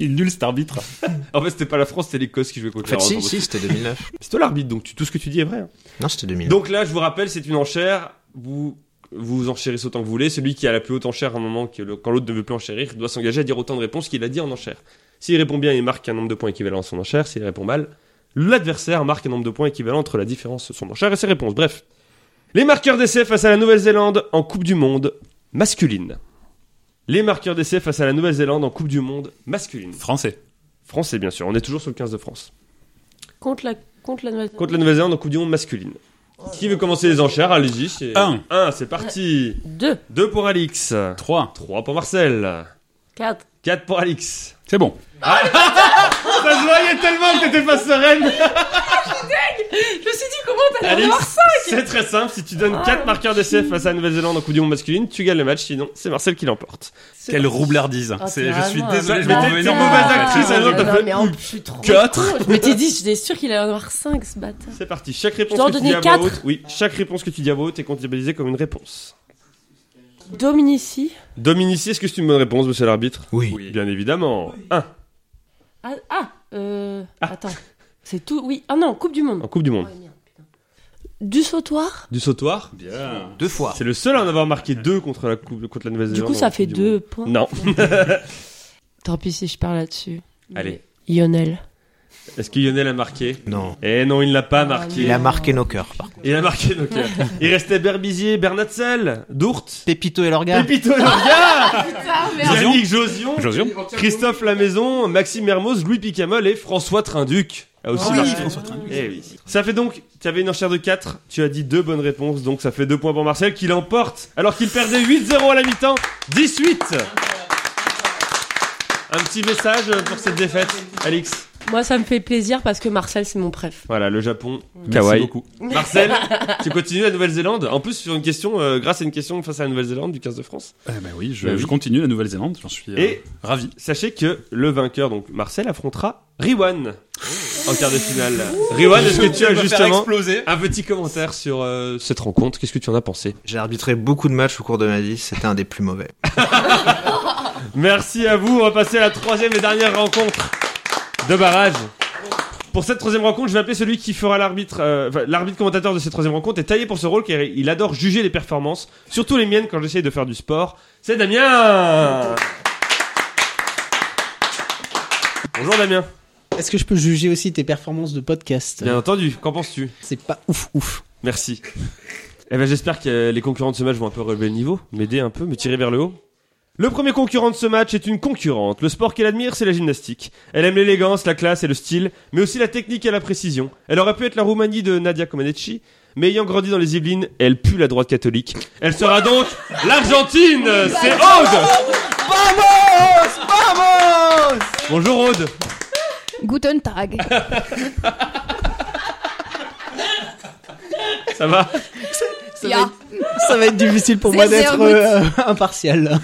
Speaker 8: Il est nul cet arbitre.
Speaker 3: En fait, c'était pas la France, c'était l'Écosse qui jouait
Speaker 7: En
Speaker 3: contre
Speaker 7: fait,
Speaker 3: la
Speaker 7: si,
Speaker 3: France.
Speaker 7: si, c'était 2009.
Speaker 3: C'est toi l'arbitre, donc tu- tout ce que tu dis est vrai. hein.
Speaker 7: Non, c'était 2009.
Speaker 3: Donc là, je vous rappelle, c'est une enchère. Vous vous enchérissez autant que vous voulez. Celui qui a la plus haute enchère à un moment, que le- quand l'autre ne veut plus enchérir, doit s'engager à dire autant de réponses qu'il a dit en enchère. S'il répond bien, il marque un nombre de points équivalent à son enchère. S'il répond mal, l'adversaire marque un nombre de points équivalent entre la différence de son enchère et ses réponses. Bref. Les marqueurs d'essai face à la Nouvelle-Zélande en Coupe du Monde masculine. Les marqueurs d'essai face à la Nouvelle-Zélande en Coupe du Monde masculine.
Speaker 8: Français.
Speaker 3: Français, bien sûr. On est toujours sur le 15 de France.
Speaker 9: Contre la, contre la nouvelle.
Speaker 3: Contre la Nouvelle-Zélande en Coupe du Monde masculine. Qui veut commencer les enchères Allez-y. c'est-
Speaker 8: Un.
Speaker 3: Un, c'est parti.
Speaker 9: Deux,
Speaker 3: 2 pour Alix.
Speaker 8: 3.
Speaker 3: 3 pour Marcel.
Speaker 9: quatre.
Speaker 3: 4 pour Alix.
Speaker 8: C'est bon.
Speaker 3: Ça se voyait tellement que t'étais pas sereine.
Speaker 9: Je me suis dit, comment t'allais
Speaker 3: Alix,
Speaker 9: avoir ça
Speaker 3: c'est très simple. Si tu
Speaker 9: Ah,
Speaker 3: donnes 4 marqueurs d'essai face à la Nouvelle-Zélande en Coupe du Monde masculine, tu gagnes le match. Sinon, c'est Marcel qui l'emporte.
Speaker 8: Quelle roublardise.
Speaker 9: Ah,
Speaker 8: C'est- je
Speaker 9: t'es
Speaker 8: suis
Speaker 9: vraiment
Speaker 8: désolé,
Speaker 9: un
Speaker 8: je vais
Speaker 9: bâtard.
Speaker 8: devenir mauvaise actrice.
Speaker 9: Ah,
Speaker 3: alors
Speaker 9: non,
Speaker 3: t'as fait
Speaker 9: mais en plus, je suis trop
Speaker 8: Quatre.
Speaker 9: con. Je m'étais dit, j'étais sûr qu'il allait en avoir 5 ce bâtard.
Speaker 3: C'est parti. Chaque réponse
Speaker 9: dois en
Speaker 3: que tu dis à
Speaker 9: donner
Speaker 3: voix
Speaker 9: quatre
Speaker 3: haute, oui, chaque réponse que tu dis à voix haute est comptabilisée comme une réponse.
Speaker 9: Dominici.
Speaker 3: Dominici, est-ce que c'est une bonne réponse, monsieur l'arbitre
Speaker 7: Oui.
Speaker 3: Bien évidemment. 1
Speaker 9: Ah, ah, euh, attends. C'est tout, oui. Ah non, Coupe du Monde.
Speaker 3: en Coupe du Monde.
Speaker 9: Du sautoir.
Speaker 3: Du sautoir
Speaker 7: Deux fois.
Speaker 3: C'est le seul à en avoir marqué 2 contre la, coupe, contre la Nouvelle-Zélande.
Speaker 9: Du coup,
Speaker 3: en
Speaker 9: ça
Speaker 3: Coupe
Speaker 9: fait
Speaker 3: du
Speaker 9: deux hein.
Speaker 3: Monde. Non.
Speaker 9: points. Tant pis si je parle là-dessus.
Speaker 3: Allez.
Speaker 9: Lionel.
Speaker 3: Est-ce que Lionel a marqué
Speaker 7: Non.
Speaker 3: Eh non, il ne l'a
Speaker 9: Ah,
Speaker 3: pas marqué.
Speaker 7: Il a marqué nos cœurs, par contre.
Speaker 3: Il a marqué nos cœurs. Il restait Berbizier, Bernatzel, Dourte,
Speaker 7: Pépito et Lorga.
Speaker 3: Pépito Lorga, Yannick Josion,
Speaker 8: Josion.
Speaker 3: Christophe Lamaison, Maxime Hermos, Louis Picamol et François Trinduc. A aussi
Speaker 8: Ah Oui,
Speaker 3: marqué.
Speaker 8: François Trinduc.
Speaker 3: Eh oui. Ça fait donc, tu avais une enchère de 4, tu as dit deux bonnes réponses, donc ça fait 2 points pour Marcel qui l'emporte, alors qu'il perdait 8-0 à la mi-temps, 18 Un petit message pour cette défaite, Alix.
Speaker 9: Moi, ça me fait plaisir parce que Marcel, c'est mon préf.
Speaker 3: Voilà, le Japon,
Speaker 8: Merci
Speaker 3: Kawaii.
Speaker 8: beaucoup.
Speaker 3: Marcel, tu continues la Nouvelle-Zélande. En plus, sur une question, euh, grâce à une question face à la Nouvelle-Zélande du 15 de France.
Speaker 8: Eh ben oui, je,
Speaker 3: Bah oui.
Speaker 8: je continue la Nouvelle-Zélande. J'en suis euh,
Speaker 3: Et-
Speaker 8: ravi.
Speaker 3: Sachez que le vainqueur, donc Marcel, affrontera Riwan en quart de finale. Riwan, est-ce que tu as justement un petit commentaire sur euh, cette rencontre Qu'est-ce que tu en as pensé
Speaker 7: J'ai arbitré beaucoup de matchs au cours de ma vie, c'était un des plus mauvais.
Speaker 3: Merci à vous. On va passer à la troisième et dernière rencontre de barrage. Pour cette troisième rencontre, je vais appeler celui qui fera l'arbitre. euh, enfin, l'arbitre commentateur de cette troisième rencontre est taillé pour ce rôle car il adore juger les performances, surtout les miennes quand j'essaye de faire du sport. C'est Damien Bonjour Damien.
Speaker 10: Est-ce que je peux juger aussi tes performances de podcast
Speaker 3: Bien entendu, qu'en penses-tu
Speaker 10: C'est pas ouf ouf.
Speaker 3: Merci. Eh ben, j'espère que euh, les concurrents de ce match vont un peu relever le niveau, m'aider un peu, me tirer vers le haut. Le premier concurrent de ce match est une concurrente. Le sport qu'elle admire, c'est la gymnastique. Elle aime l'élégance, la classe et le style, mais aussi la technique et la précision. Elle aurait pu être la Roumanie de Nadia Comaneci, mais ayant grandi dans les Yvelines, elle pue la droite catholique. Elle sera donc l'Argentine C'est Aude Vamos Vamos Bonjour Aude
Speaker 11: Guten Tag.
Speaker 3: Ça va
Speaker 11: Ja.
Speaker 10: Ça va être difficile pour
Speaker 11: C'est
Speaker 10: moi d'être
Speaker 11: zéro
Speaker 10: euh, impartial.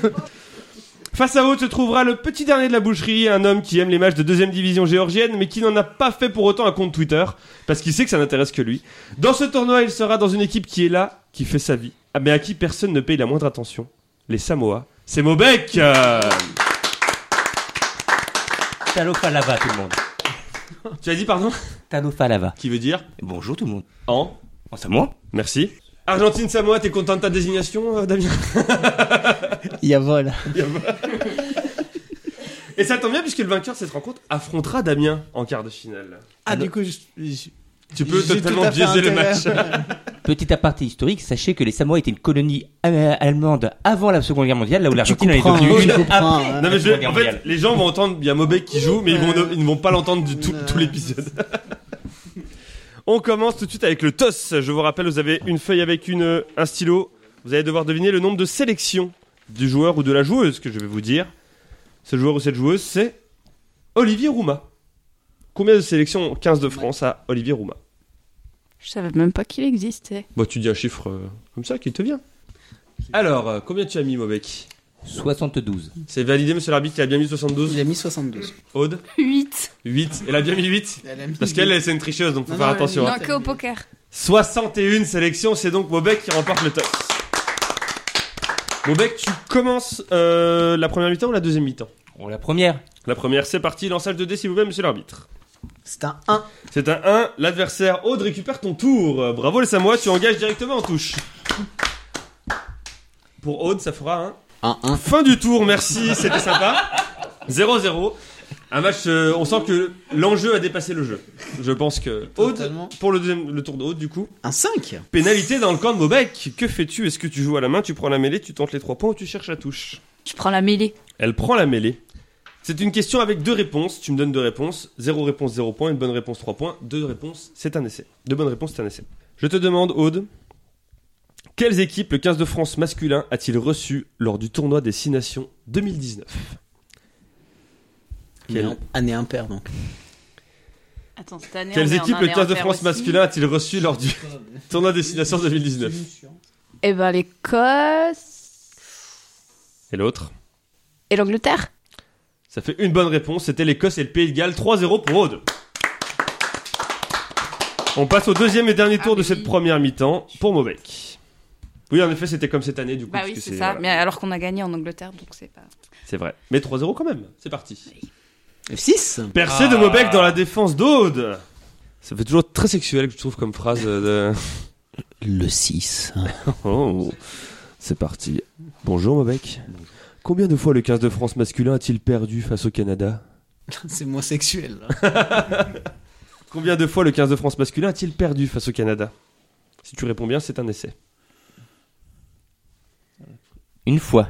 Speaker 3: Face à Haute se trouvera le petit dernier de la boucherie, un homme qui aime les matchs de deuxième division géorgienne, mais qui n'en a pas fait pour autant un compte Twitter, parce qu'il sait que ça n'intéresse que lui. Dans ce tournoi, il sera dans une équipe qui est là, qui fait sa vie, ah, mais à qui personne ne paye la moindre attention. Les Samoa. C'est Mobek euh.
Speaker 10: Talofalava tout le monde.
Speaker 3: Tu as dit pardon
Speaker 10: Talofalava.
Speaker 3: Qui veut dire
Speaker 10: Bonjour tout le monde.
Speaker 3: En.
Speaker 10: C'est moi
Speaker 3: Merci. Argentine-Samoa, t'es content de ta désignation, euh, Damien
Speaker 10: Il y a vol.
Speaker 3: Et ça tombe bien, puisque le vainqueur de cette rencontre affrontera Damien en quart de finale.
Speaker 10: Ah du coup, je- je-
Speaker 3: Tu peux
Speaker 10: j'ai tout
Speaker 3: totalement
Speaker 10: à fait
Speaker 3: biaiser le match.
Speaker 10: intérêt.
Speaker 5: Petit aparté historique, sachez que les Samoa étaient une colonie euh, allemande avant la Seconde Guerre mondiale, là où
Speaker 10: Je
Speaker 5: l'Argentine est
Speaker 10: comprends.
Speaker 5: devenue une
Speaker 10: Je comprends. hein.
Speaker 3: Non mais je-
Speaker 5: Seconde Guerre
Speaker 3: en fait,
Speaker 5: mondiale.
Speaker 3: les gens vont entendre, il y a Mobek qui joue, mais ils, vont, ne- ils ne vont pas l'entendre du tout,
Speaker 10: Ouais.
Speaker 3: tout l'épisode. On commence tout de suite avec le toss. Je vous rappelle, vous avez une feuille avec une, un stylo. Vous allez devoir deviner le nombre de sélections du joueur ou de la joueuse que je vais vous dire. Ce joueur ou cette joueuse, c'est Olivier Rouma. Combien de sélections 15 de France à Olivier Rouma
Speaker 11: Je savais même pas qu'il existait.
Speaker 3: Bah tu dis un chiffre euh, comme ça qui te vient. Alors, euh, combien tu as mis Mobek
Speaker 5: 72.
Speaker 3: C'est validé, monsieur l'arbitre, il a bien mis
Speaker 10: Il
Speaker 3: 72.
Speaker 10: a mis 72.
Speaker 3: Aude
Speaker 11: 8.
Speaker 3: 8. Elle a bien mis 8 Parce qu'elle, elle, c'est une tricheuse, donc faut
Speaker 10: Non,
Speaker 3: faire
Speaker 10: non,
Speaker 3: attention.
Speaker 10: non.
Speaker 3: hein.
Speaker 11: Non, que au poker.
Speaker 3: 61 sélections, c'est donc Mobek qui remporte le toss. Mobek, tu commences euh, la première mi-temps ou la deuxième mi-temps
Speaker 5: Bon, la première.
Speaker 3: La première, c'est parti, lançage de dés s'il vous plaît, monsieur l'arbitre.
Speaker 10: C'est un 1.
Speaker 3: C'est un 1, l'adversaire Aude récupère ton tour. Euh, Bravo les Samoa, tu engages directement en touche. Pour Aude, ça fera un.
Speaker 12: Un, un.
Speaker 3: Fin du tour, merci, c'était sympa. 0-0. Un match, euh, on sent que l'enjeu a dépassé le jeu. Je pense que. Aude, pour le deuxième le tour de Aude, du coup.
Speaker 10: Un 5
Speaker 3: Pénalité dans le camp de Bobek. Que fais-tu Est-ce que tu joues à la main, tu prends la mêlée, tu tentes les trois points ou tu cherches la touche
Speaker 11: Je prends la mêlée.
Speaker 3: Elle prend la mêlée. C'est une question avec deux réponses. Tu me donnes deux réponses. Zéro réponse, zéro point. Une bonne réponse, trois points. Deux réponses, c'est un essai. Deux bonnes réponses, c'est un essai. Je te demande, Aude, quelles équipes le 15 de France masculin a-t-il reçu lors du tournoi des Six Nations 2019 Quelle-
Speaker 10: Année impair donc.
Speaker 11: Attends, cette année.
Speaker 3: Quelles
Speaker 11: on est en
Speaker 3: équipes le
Speaker 11: année
Speaker 3: 15 de
Speaker 11: impaire
Speaker 3: France
Speaker 11: aussi.
Speaker 3: masculin a-t-il reçu lors du tournoi des Six Nations 2019
Speaker 11: Eh ben, l'Écosse
Speaker 3: Et l'autre
Speaker 11: et l'Angleterre.
Speaker 3: Ça fait une bonne réponse. C'était l'Écosse et le Pays de Galles. 3-0 pour Aude. On passe au deuxième et dernier
Speaker 11: Ah
Speaker 3: tour de cette première mi-temps pour Mobek. Oui, en effet, c'était comme cette année, du coup.
Speaker 11: Bah oui,
Speaker 3: puisque
Speaker 11: c'est ça.
Speaker 3: voilà,
Speaker 11: Mais alors qu'on a gagné en Angleterre, donc c'est pas.
Speaker 3: c'est vrai. Mais 3-0 quand même. C'est parti.
Speaker 10: F6
Speaker 3: Percé de Mobek dans la défense d'Aude. Ça fait toujours très sexuel, je trouve, comme phrase euh, de...
Speaker 10: Le 6.
Speaker 3: oh, c'est parti. Bonjour, Mobek. Combien de fois le 15 de France masculin a-t-il perdu face au Canada
Speaker 10: C'est moins sexuel.
Speaker 3: Combien de fois le 15 de France masculin a-t-il perdu face au Canada Si tu réponds bien, c'est un essai.
Speaker 5: Une fois.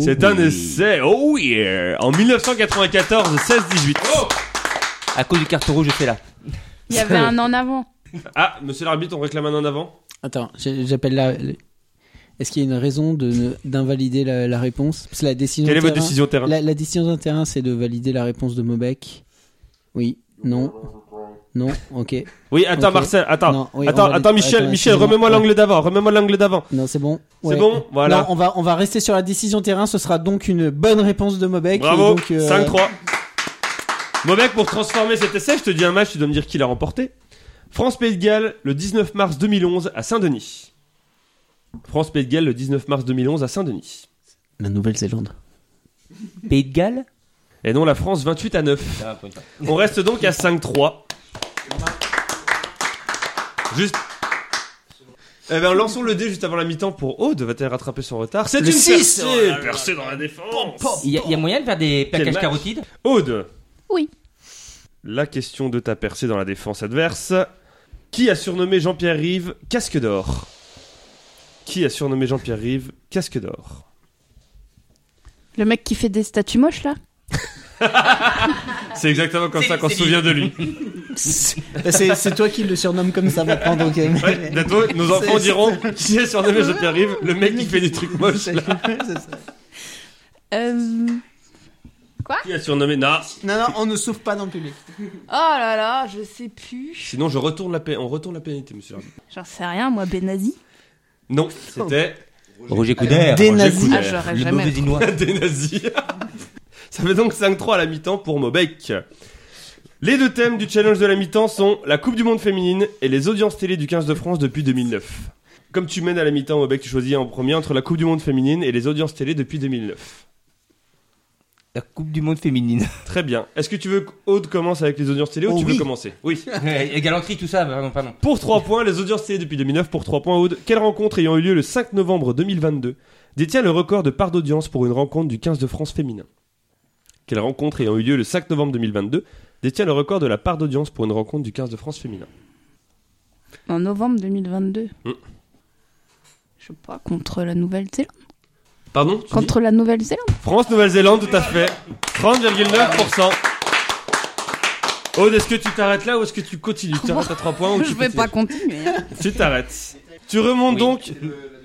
Speaker 3: c'est un essai. Oh yeah En 1994, 16-18.
Speaker 5: À cause du carton rouge, c'est là.
Speaker 11: Il y avait un en avant.
Speaker 3: Ah, monsieur l'arbitre, on réclame un en avant
Speaker 10: Attends, j'ai- j'appelle la. le- Est-ce qu'il y a une raison de ne- d'invalider la, la réponse Parce que la décision
Speaker 3: Quelle est votre
Speaker 10: terrain-
Speaker 3: décision terrain
Speaker 10: la, la décision de terrain, c'est de valider la réponse de Mobec. Oui, non, non, ok.
Speaker 3: Oui, attends,
Speaker 10: Ok.
Speaker 3: Marcel, attends.
Speaker 10: Non, oui, on
Speaker 3: attends,
Speaker 10: valide.
Speaker 3: attends, Michel,
Speaker 10: Attends,
Speaker 3: Michel,
Speaker 10: excuse-moi.
Speaker 3: remets-moi
Speaker 10: Ouais.
Speaker 3: l'angle d'avant, remets-moi l'angle d'avant.
Speaker 10: Non, c'est bon.
Speaker 3: C'est bon, voilà.
Speaker 10: Non, on va on va rester sur la décision terrain. Ce sera donc une bonne réponse de Mobec. et
Speaker 3: Bravo,
Speaker 10: donc, euh,
Speaker 3: 5-3. Mobek, pour transformer cet essai, je te dis un match, tu dois me dire qui l'a remporté. France-Pays de Galles, le 19 mars 2011 à Saint-Denis. France-Pays de Galles, le 19 mars 2011 à Saint-Denis.
Speaker 10: La Nouvelle-Zélande.
Speaker 5: Pays de Galles
Speaker 3: Et non, la France 28 à 9. On reste donc à 5-3. Juste. Eh ben, lançons le dé juste avant la mi-temps pour Aude. Va-t-elle rattraper son retard C'est
Speaker 5: Le
Speaker 3: une percée
Speaker 5: six. Oh là là.
Speaker 3: Percée dans la défense
Speaker 5: Il y, a- il y a moyen de faire des
Speaker 3: Quel
Speaker 5: plaquages
Speaker 3: match.
Speaker 5: carotides
Speaker 3: Aude
Speaker 11: Oui.
Speaker 3: La question de ta percée dans la défense adverse. Qui a surnommé Jean-Pierre Rive Casque d'or Qui a surnommé Jean-Pierre Rive Casque d'or
Speaker 11: Le mec qui fait des statues moches là.
Speaker 3: C'est exactement comme ça qu'on se souvient de lui.
Speaker 10: C'est c'est toi qui le surnomme comme ça maintenant. Donc, euh,
Speaker 3: Ouais, bientôt, nos enfants
Speaker 10: C'est-
Speaker 3: diront qui est surnommé Jean-Pierre Rive Le mec qui fait des trucs moches là.
Speaker 11: Euh...
Speaker 3: Qui a surnommé Nah
Speaker 10: Non, non, Ah, on ne sauve pas dans le public.
Speaker 11: Oh là là, je sais plus.
Speaker 3: Sinon, je retourne la paix. On retourne la pénalité, monsieur. l'arbitre.
Speaker 11: J'en sais rien, moi, Benazi.
Speaker 3: Non, c'était.
Speaker 5: Roger Couder.
Speaker 3: Roger
Speaker 5: Des nazis.
Speaker 3: Couder.
Speaker 11: Ah, j'aurais Le jamais mauvais trouvé.
Speaker 5: Dinois.
Speaker 3: Des nazis. Ça fait donc 5-3 à la mi-temps pour Mobek. Les deux thèmes du challenge de la mi-temps sont la Coupe du Monde féminine et les audiences télé du 15 de France depuis 2009. Comme tu mènes à la mi-temps, Mobek, tu choisis en premier entre la Coupe du Monde féminine et les audiences télé depuis 2009.
Speaker 5: La Coupe du Monde féminine.
Speaker 3: Très bien. Est-ce que tu veux qu'Aude commence avec les audiences télé ou
Speaker 5: Oh
Speaker 3: tu
Speaker 5: oui.
Speaker 3: veux commencer Oui.
Speaker 5: Et galanterie, tout ça, pardon, pardon.
Speaker 3: Pour 3 points, les audiences télé depuis 2009 pour 3 points, Aude. Quelle rencontre ayant eu lieu le 5 novembre 2022 détient le record de part d'audience pour une rencontre du 15 de France féminin Quelle rencontre ayant eu lieu le 5 novembre 2022 détient le record de la part d'audience pour une rencontre du 15 de France féminin
Speaker 11: En novembre 2022.
Speaker 3: Hmm.
Speaker 11: Je sais pas, contre la Nouvelle-Zélande.
Speaker 3: Pardon tu dis
Speaker 11: Contre la Nouvelle-Zélande
Speaker 3: France, Nouvelle-Zélande, tout à fait. 30,9%. Aude, est-ce que tu t'arrêtes là ou est-ce que tu continues Tu t'arrêtes à 3 points ou tu
Speaker 11: Je vais
Speaker 3: continues
Speaker 11: pas continuer. hein.
Speaker 3: Tu t'arrêtes. Tu remontes donc,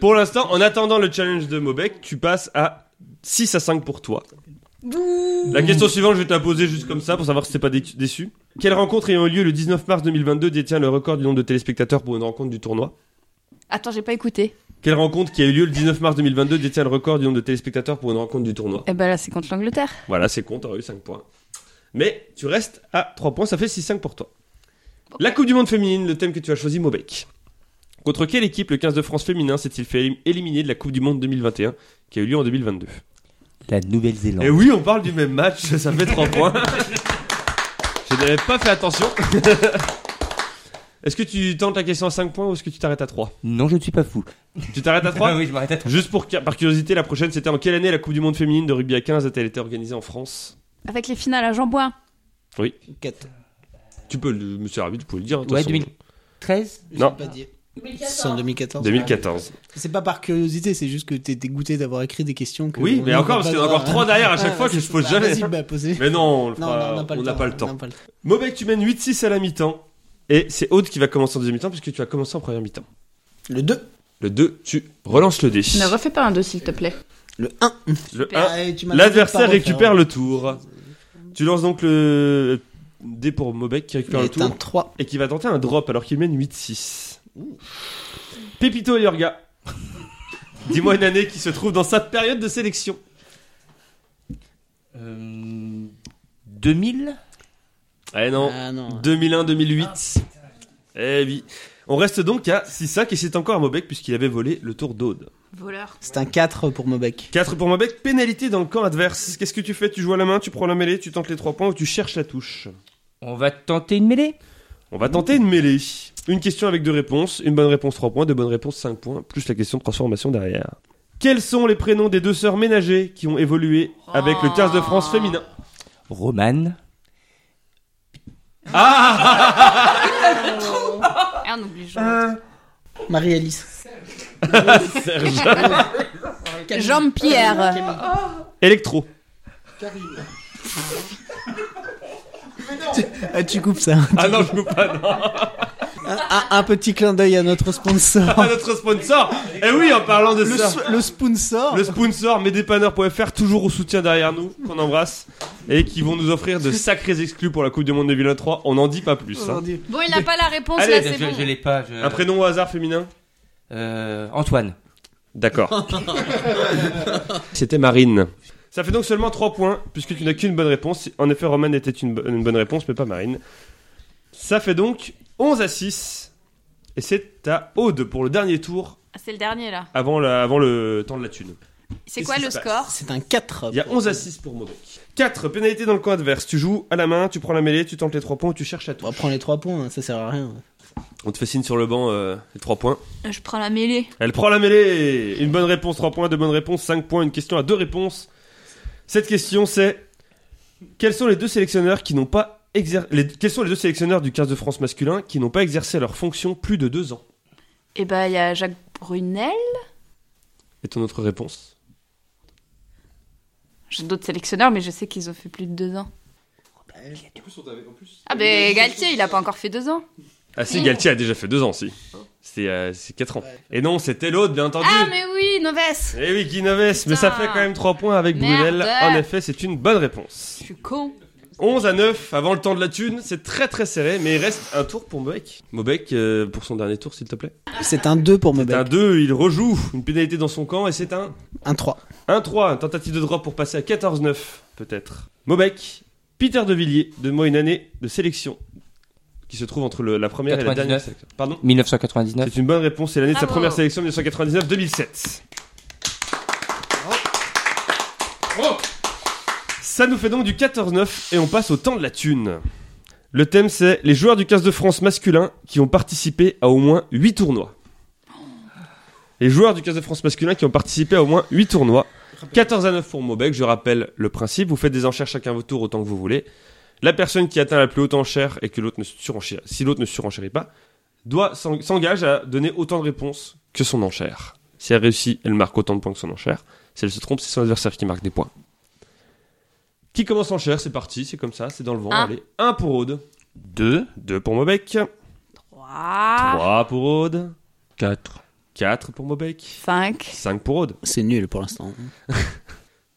Speaker 3: pour l'instant, en attendant le challenge de Mobek, tu passes à 6 à 5 pour toi. La question suivante, je vais te la poser juste comme ça pour savoir si t'es pas dé- déçu. Quelle rencontre ayant eu lieu le 19 mars 2022 détient le record du nombre de téléspectateurs pour une rencontre du tournoi
Speaker 11: Attends, j'ai pas écouté.
Speaker 3: Quelle rencontre qui a eu lieu le 19 mars 2022 détient le record du nombre de téléspectateurs pour une rencontre du tournoi
Speaker 11: Eh ben là, c'est contre l'Angleterre.
Speaker 3: Voilà, c'est con, t'aurais eu 5 points. Mais tu restes à 3 points, ça fait 6-5 pour toi. La Coupe du Monde féminine, le thème que tu as choisi, Mobek. Contre quelle équipe le 15 de France féminin s'est-il fait élim- éliminer de la Coupe du Monde 2021 qui a eu lieu en 2022
Speaker 5: La Nouvelle-Zélande.
Speaker 3: Et Eh oui, on parle du même match, ça fait 3 points. Je n'avais pas fait attention. Est-ce que tu tentes la question à 5 points ou est-ce que tu t'arrêtes à 3
Speaker 5: Non, je ne suis pas fou.
Speaker 3: Tu t'arrêtes à 3
Speaker 5: Oui, je m'arrête à 3.
Speaker 3: Juste pour, cu- par curiosité, la prochaine, c'était en quelle année la Coupe du Monde féminine de rugby à 15 a-t-elle été organisée en France
Speaker 11: Avec les finales à Jean-Bouin.
Speaker 3: Oui.
Speaker 5: 4.
Speaker 3: Tu peux, le, monsieur l'arbitre, vous pouvez le dire. de toute
Speaker 12: Ouais,
Speaker 3: façon.
Speaker 5: 2013
Speaker 12: Je
Speaker 3: Non.
Speaker 12: sais pas dire. C'est en 2014.
Speaker 3: 2014.
Speaker 12: C'est pas par curiosité, c'est juste que t'es dégoûté d'avoir écrit des questions. Que
Speaker 3: Oui,
Speaker 12: on
Speaker 3: mais
Speaker 12: n'a
Speaker 3: encore,
Speaker 12: pas
Speaker 3: parce qu'il y en a
Speaker 12: le droit.
Speaker 3: encore 3 derrière à chaque
Speaker 12: Ah,
Speaker 3: fois que
Speaker 12: c'est-
Speaker 3: je pose
Speaker 12: bah,
Speaker 3: jamais.
Speaker 12: Vas-y, bah, posez.
Speaker 3: Mais non, on le
Speaker 12: Non,
Speaker 3: fera-
Speaker 12: non, on n'a pas le
Speaker 3: on n'a
Speaker 12: temps,
Speaker 3: pas le
Speaker 12: on
Speaker 3: temps.
Speaker 12: n'a pas le temps.
Speaker 3: Mauvais, tu mènes 8-6 à la mi-temps. Et c'est Aude qui va commencer en deuxième mi-temps, puisque tu as commencé en première mi-temps.
Speaker 12: Le 2.
Speaker 3: Le 2, tu relances le dé.
Speaker 11: Ne refais pas un 2, s'il te plaît.
Speaker 12: Le 1.
Speaker 3: Le
Speaker 12: Ah,
Speaker 3: un.
Speaker 12: et tu m'as dit de
Speaker 3: L'adversaire
Speaker 12: pas refaire.
Speaker 3: récupère le tour. Tu lances donc le dé pour Mobek qui récupère
Speaker 12: Il
Speaker 3: le
Speaker 12: est
Speaker 3: tour.
Speaker 12: un trois.
Speaker 3: Et qui va tenter un drop alors qu'il mène 8-6. Pépito et Yorga. Dis-moi une année qui se trouve dans sa période de sélection.
Speaker 5: euh, 2000
Speaker 3: Eh non.
Speaker 5: Ah non.
Speaker 3: 2001-2008. eh oui. On reste donc à 6 sacs et c'est encore à Mobek puisqu'il avait volé le tour d'Aude.
Speaker 11: Voleur.
Speaker 12: C'est un 4 pour Mobek.
Speaker 3: 4 pour Mobek, pénalité dans le camp adverse. Qu'est-ce que tu fais Tu joues à la main, tu prends la mêlée, tu tentes les 3 points ou tu cherches la touche
Speaker 5: On va tenter une mêlée
Speaker 3: On va tenter une mêlée. Une question avec deux réponses, une bonne réponse 3 points, deux bonnes réponses 5 points, plus la question de transformation derrière. Quels sont les prénoms des deux sœurs ménagées qui ont évolué avec le 15 de France féminin
Speaker 5: Roman.
Speaker 3: Ah
Speaker 11: Ah, on oublie
Speaker 12: Marie-Alice.
Speaker 3: Serge.
Speaker 11: Jean-Pierre.
Speaker 3: Electro.
Speaker 12: Ah, tu coupes ça.
Speaker 3: Ah non, je coupe pas, non.
Speaker 12: Un, un- un petit clin d'œil à notre sponsor.
Speaker 3: Ah, notre sponsor Eh oui, en parlant de
Speaker 12: Le
Speaker 3: ça
Speaker 12: s- le sponsor
Speaker 3: Le sponsor, mesdépanneurs.fr, toujours au soutien derrière nous, qu'on embrasse, et qui vont nous offrir de sacrés exclus pour la Coupe du Monde 2023. On n'en dit pas plus. hein.
Speaker 11: Bon, il n'a pas la réponse là,
Speaker 3: Allez, je-
Speaker 11: c'est bon.
Speaker 5: Je l'ai pas. je-
Speaker 3: Un prénom au hasard féminin
Speaker 5: Euh, Antoine.
Speaker 3: D'accord. C'était Marine. Ça fait donc seulement 3 points, puisque tu n'as qu'une bonne réponse. En effet, Roman était une, bo- une bonne réponse, mais pas Marine. Ça fait donc 11 à 6. Et c'est à Aude pour le dernier tour,
Speaker 11: Ah, C'est le dernier là.
Speaker 3: avant, la- avant le temps de la thune.
Speaker 11: C'est
Speaker 3: Qu'est-ce
Speaker 11: quoi
Speaker 3: qui
Speaker 11: le
Speaker 3: se
Speaker 11: score
Speaker 12: C'est un 4.
Speaker 3: Il y a 11 à 6 pour Mobek. 4 pénalités dans le camp adverse. Tu joues à la main, tu prends la mêlée, tu tentes les 3 points, tu cherches à tout.
Speaker 12: On prend les 3 points, hein, ça sert à rien.
Speaker 3: On te fait signe sur le banc euh, les 3 points.
Speaker 11: Je prends la mêlée.
Speaker 3: Elle prend la mêlée. Une bonne réponse, 3 points, deux bonnes réponses, 5 points, une question à deux réponses. Cette question c'est quels sont les deux sélectionneurs qui n'ont pas exer- les- quels sont les deux sélectionneurs du 15 de France masculin qui n'ont pas exercé leur fonction plus de 2 ans
Speaker 11: Et bah, il y a Jacques Brunel.
Speaker 3: Et ton autre réponse
Speaker 11: J'ai d'autres sélectionneurs, mais je sais qu'ils ont fait plus de deux ans.
Speaker 4: En plus,
Speaker 11: Ah, ben Galtier, il a pas encore fait deux ans.
Speaker 3: Ah si, Galtier a déjà fait 2 ans si. C'est 4 ans. Et non, c'était l'autre bien entendu.
Speaker 11: Ah, mais oui, Novès
Speaker 3: Eh oui, Guinovès, mais ça fait quand même 3 points avec
Speaker 11: Merde.
Speaker 3: Brunel. En effet, c'est une bonne réponse.
Speaker 11: Je suis con.
Speaker 3: 11 à 9 avant le temps de la thune, c'est très très serré, mais il reste un tour pour Mobek. Mobek, euh, pour son dernier tour, s'il te plaît.
Speaker 12: C'est un 2 pour Mobek.
Speaker 3: Un 2, il rejoue une pénalité dans son camp et c'est un
Speaker 12: Un 3.
Speaker 3: 1-3, tentative de drop pour passer à 14-9, peut-être. Mobek, Peter de Villiers, donne-moi une année de sélection qui se trouve entre le- la première et la
Speaker 5: 99.
Speaker 3: dernière sélection. Pardon
Speaker 5: 1999.
Speaker 3: C'est une bonne réponse, c'est l'année de sa
Speaker 11: Bravo.
Speaker 3: première sélection 1999-2007. Ça nous fait donc du 14-9 et on passe au temps de la thune. Le thème c'est les joueurs du 15 de France masculin qui ont participé à au moins 8 tournois. Les joueurs du 15 de France masculin qui ont participé à au moins 8 tournois. 14 à 9 pour Maubec, je rappelle le principe, vous faites des enchères chacun votre tour autant que vous voulez. La personne qui atteint la plus haute enchère et que l'autre ne surenchérit, si l'autre ne surenchérit pas, doit s'en- s'engage à donner autant de réponses que son enchère. Si elle réussit, elle marque autant de points que son enchère. Si elle se trompe, c'est son adversaire qui marque des points. Qui commence l'enchère C'est parti, c'est comme ça, c'est dans le vent.
Speaker 11: Un.
Speaker 3: Allez, 1 pour Aude. 2. 2 pour Maubec.
Speaker 9: Ah.
Speaker 11: 3,
Speaker 3: 3 pour Aude. 4. 4 pour Maubec.
Speaker 11: 5.
Speaker 3: 5 pour Aude.
Speaker 12: C'est nul pour l'instant.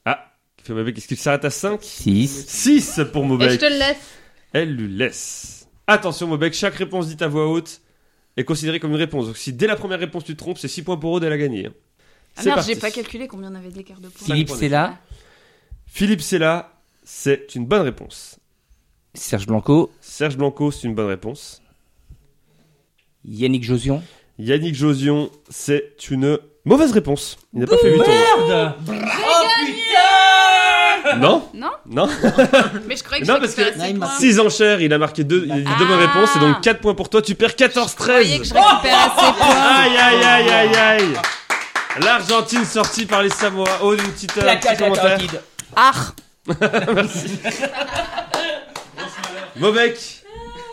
Speaker 3: Ah, fait Maubec, est-ce qu'il s'arrête à 5
Speaker 5: 6.
Speaker 3: 6 pour Maubec.
Speaker 9: Et je te le laisse.
Speaker 3: Elle lui laisse. Attention, Mobek, chaque réponse dite à voix haute est considérée comme une réponse. Donc si dès la première réponse tu te trompes, c'est 6 points pour Aude, elle a gagné. hein.
Speaker 9: Ah
Speaker 3: C'est
Speaker 9: merde,
Speaker 3: parti.
Speaker 9: j'ai pas calculé combien on avait d'écart de points.
Speaker 3: Cinq
Speaker 5: Philippe
Speaker 3: points
Speaker 5: Sella.
Speaker 3: Philippe Sella, c'est une bonne réponse.
Speaker 5: Serge Blanco.
Speaker 3: Serge Blanco, c'est une bonne réponse.
Speaker 5: Yannick Josion.
Speaker 3: Yannick Josion, c'est une mauvaise réponse. Il n'a pas fait 8 tours.
Speaker 5: Merde
Speaker 3: Non
Speaker 11: Non
Speaker 9: Non
Speaker 3: Non
Speaker 9: Mais je croyais que
Speaker 3: Non,
Speaker 9: je
Speaker 3: parce
Speaker 9: récupérais six
Speaker 3: que
Speaker 9: points.
Speaker 3: 6 enchères, il a marqué 2 deux, il a dit deux bonnes réponses, et donc 4 points pour toi, tu perds 14-13.
Speaker 9: Je récupérais six points.
Speaker 3: Aïe, aïe, aïe, aïe, aïe. L'Argentine sortie par les Samoa. Oh, une petite. euh,
Speaker 5: Plaquage
Speaker 3: petit commentaire.
Speaker 5: Atlantide.
Speaker 9: Ah
Speaker 3: Merci. Mobek,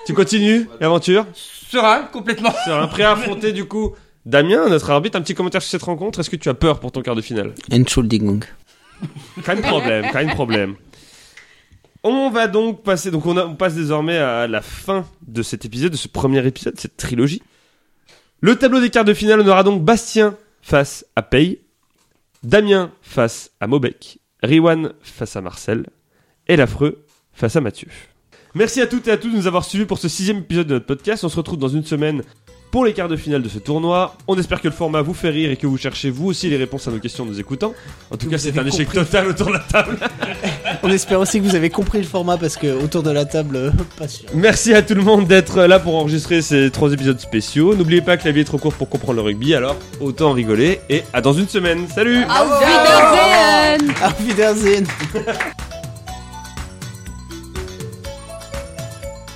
Speaker 3: tu continues l'aventure
Speaker 5: Serein, complètement.
Speaker 3: Serein, prêt à affronter du coup Damien, notre arbitre, un petit commentaire sur cette rencontre. Est-ce que tu as peur pour ton quart de finale
Speaker 10: Entschuldigung.
Speaker 3: Kein problème, kein problème. On va donc passer, donc on, a- on passe désormais à la fin de cet épisode, de ce premier épisode, de cette trilogie. Le tableau des quarts de finale, on aura donc Bastien face à Pei, Damien face à Mobek, Riwan face à Marcel, et Lafreux face à Mathieu. Merci à toutes et à tous de nous avoir suivis pour ce sixième épisode de notre podcast. On se retrouve dans une semaine pour les quarts de finale de ce tournoi. On espère que le format vous fait rire et que vous cherchez vous aussi les réponses à nos questions en nous écoutant. En tout cas, c'est un
Speaker 12: avez
Speaker 3: échec
Speaker 12: compris.
Speaker 3: total autour de la table.
Speaker 12: On espère aussi que vous avez compris le format parce que autour de la table, euh, pas sûr.
Speaker 3: Merci à tout le monde d'être là pour enregistrer ces trois épisodes spéciaux. N'oubliez pas que la vie est trop courte pour comprendre le rugby, alors autant rigoler et à dans une semaine. Salut
Speaker 12: Ah, Auf Wiedersehen. Auf Wiedersehen.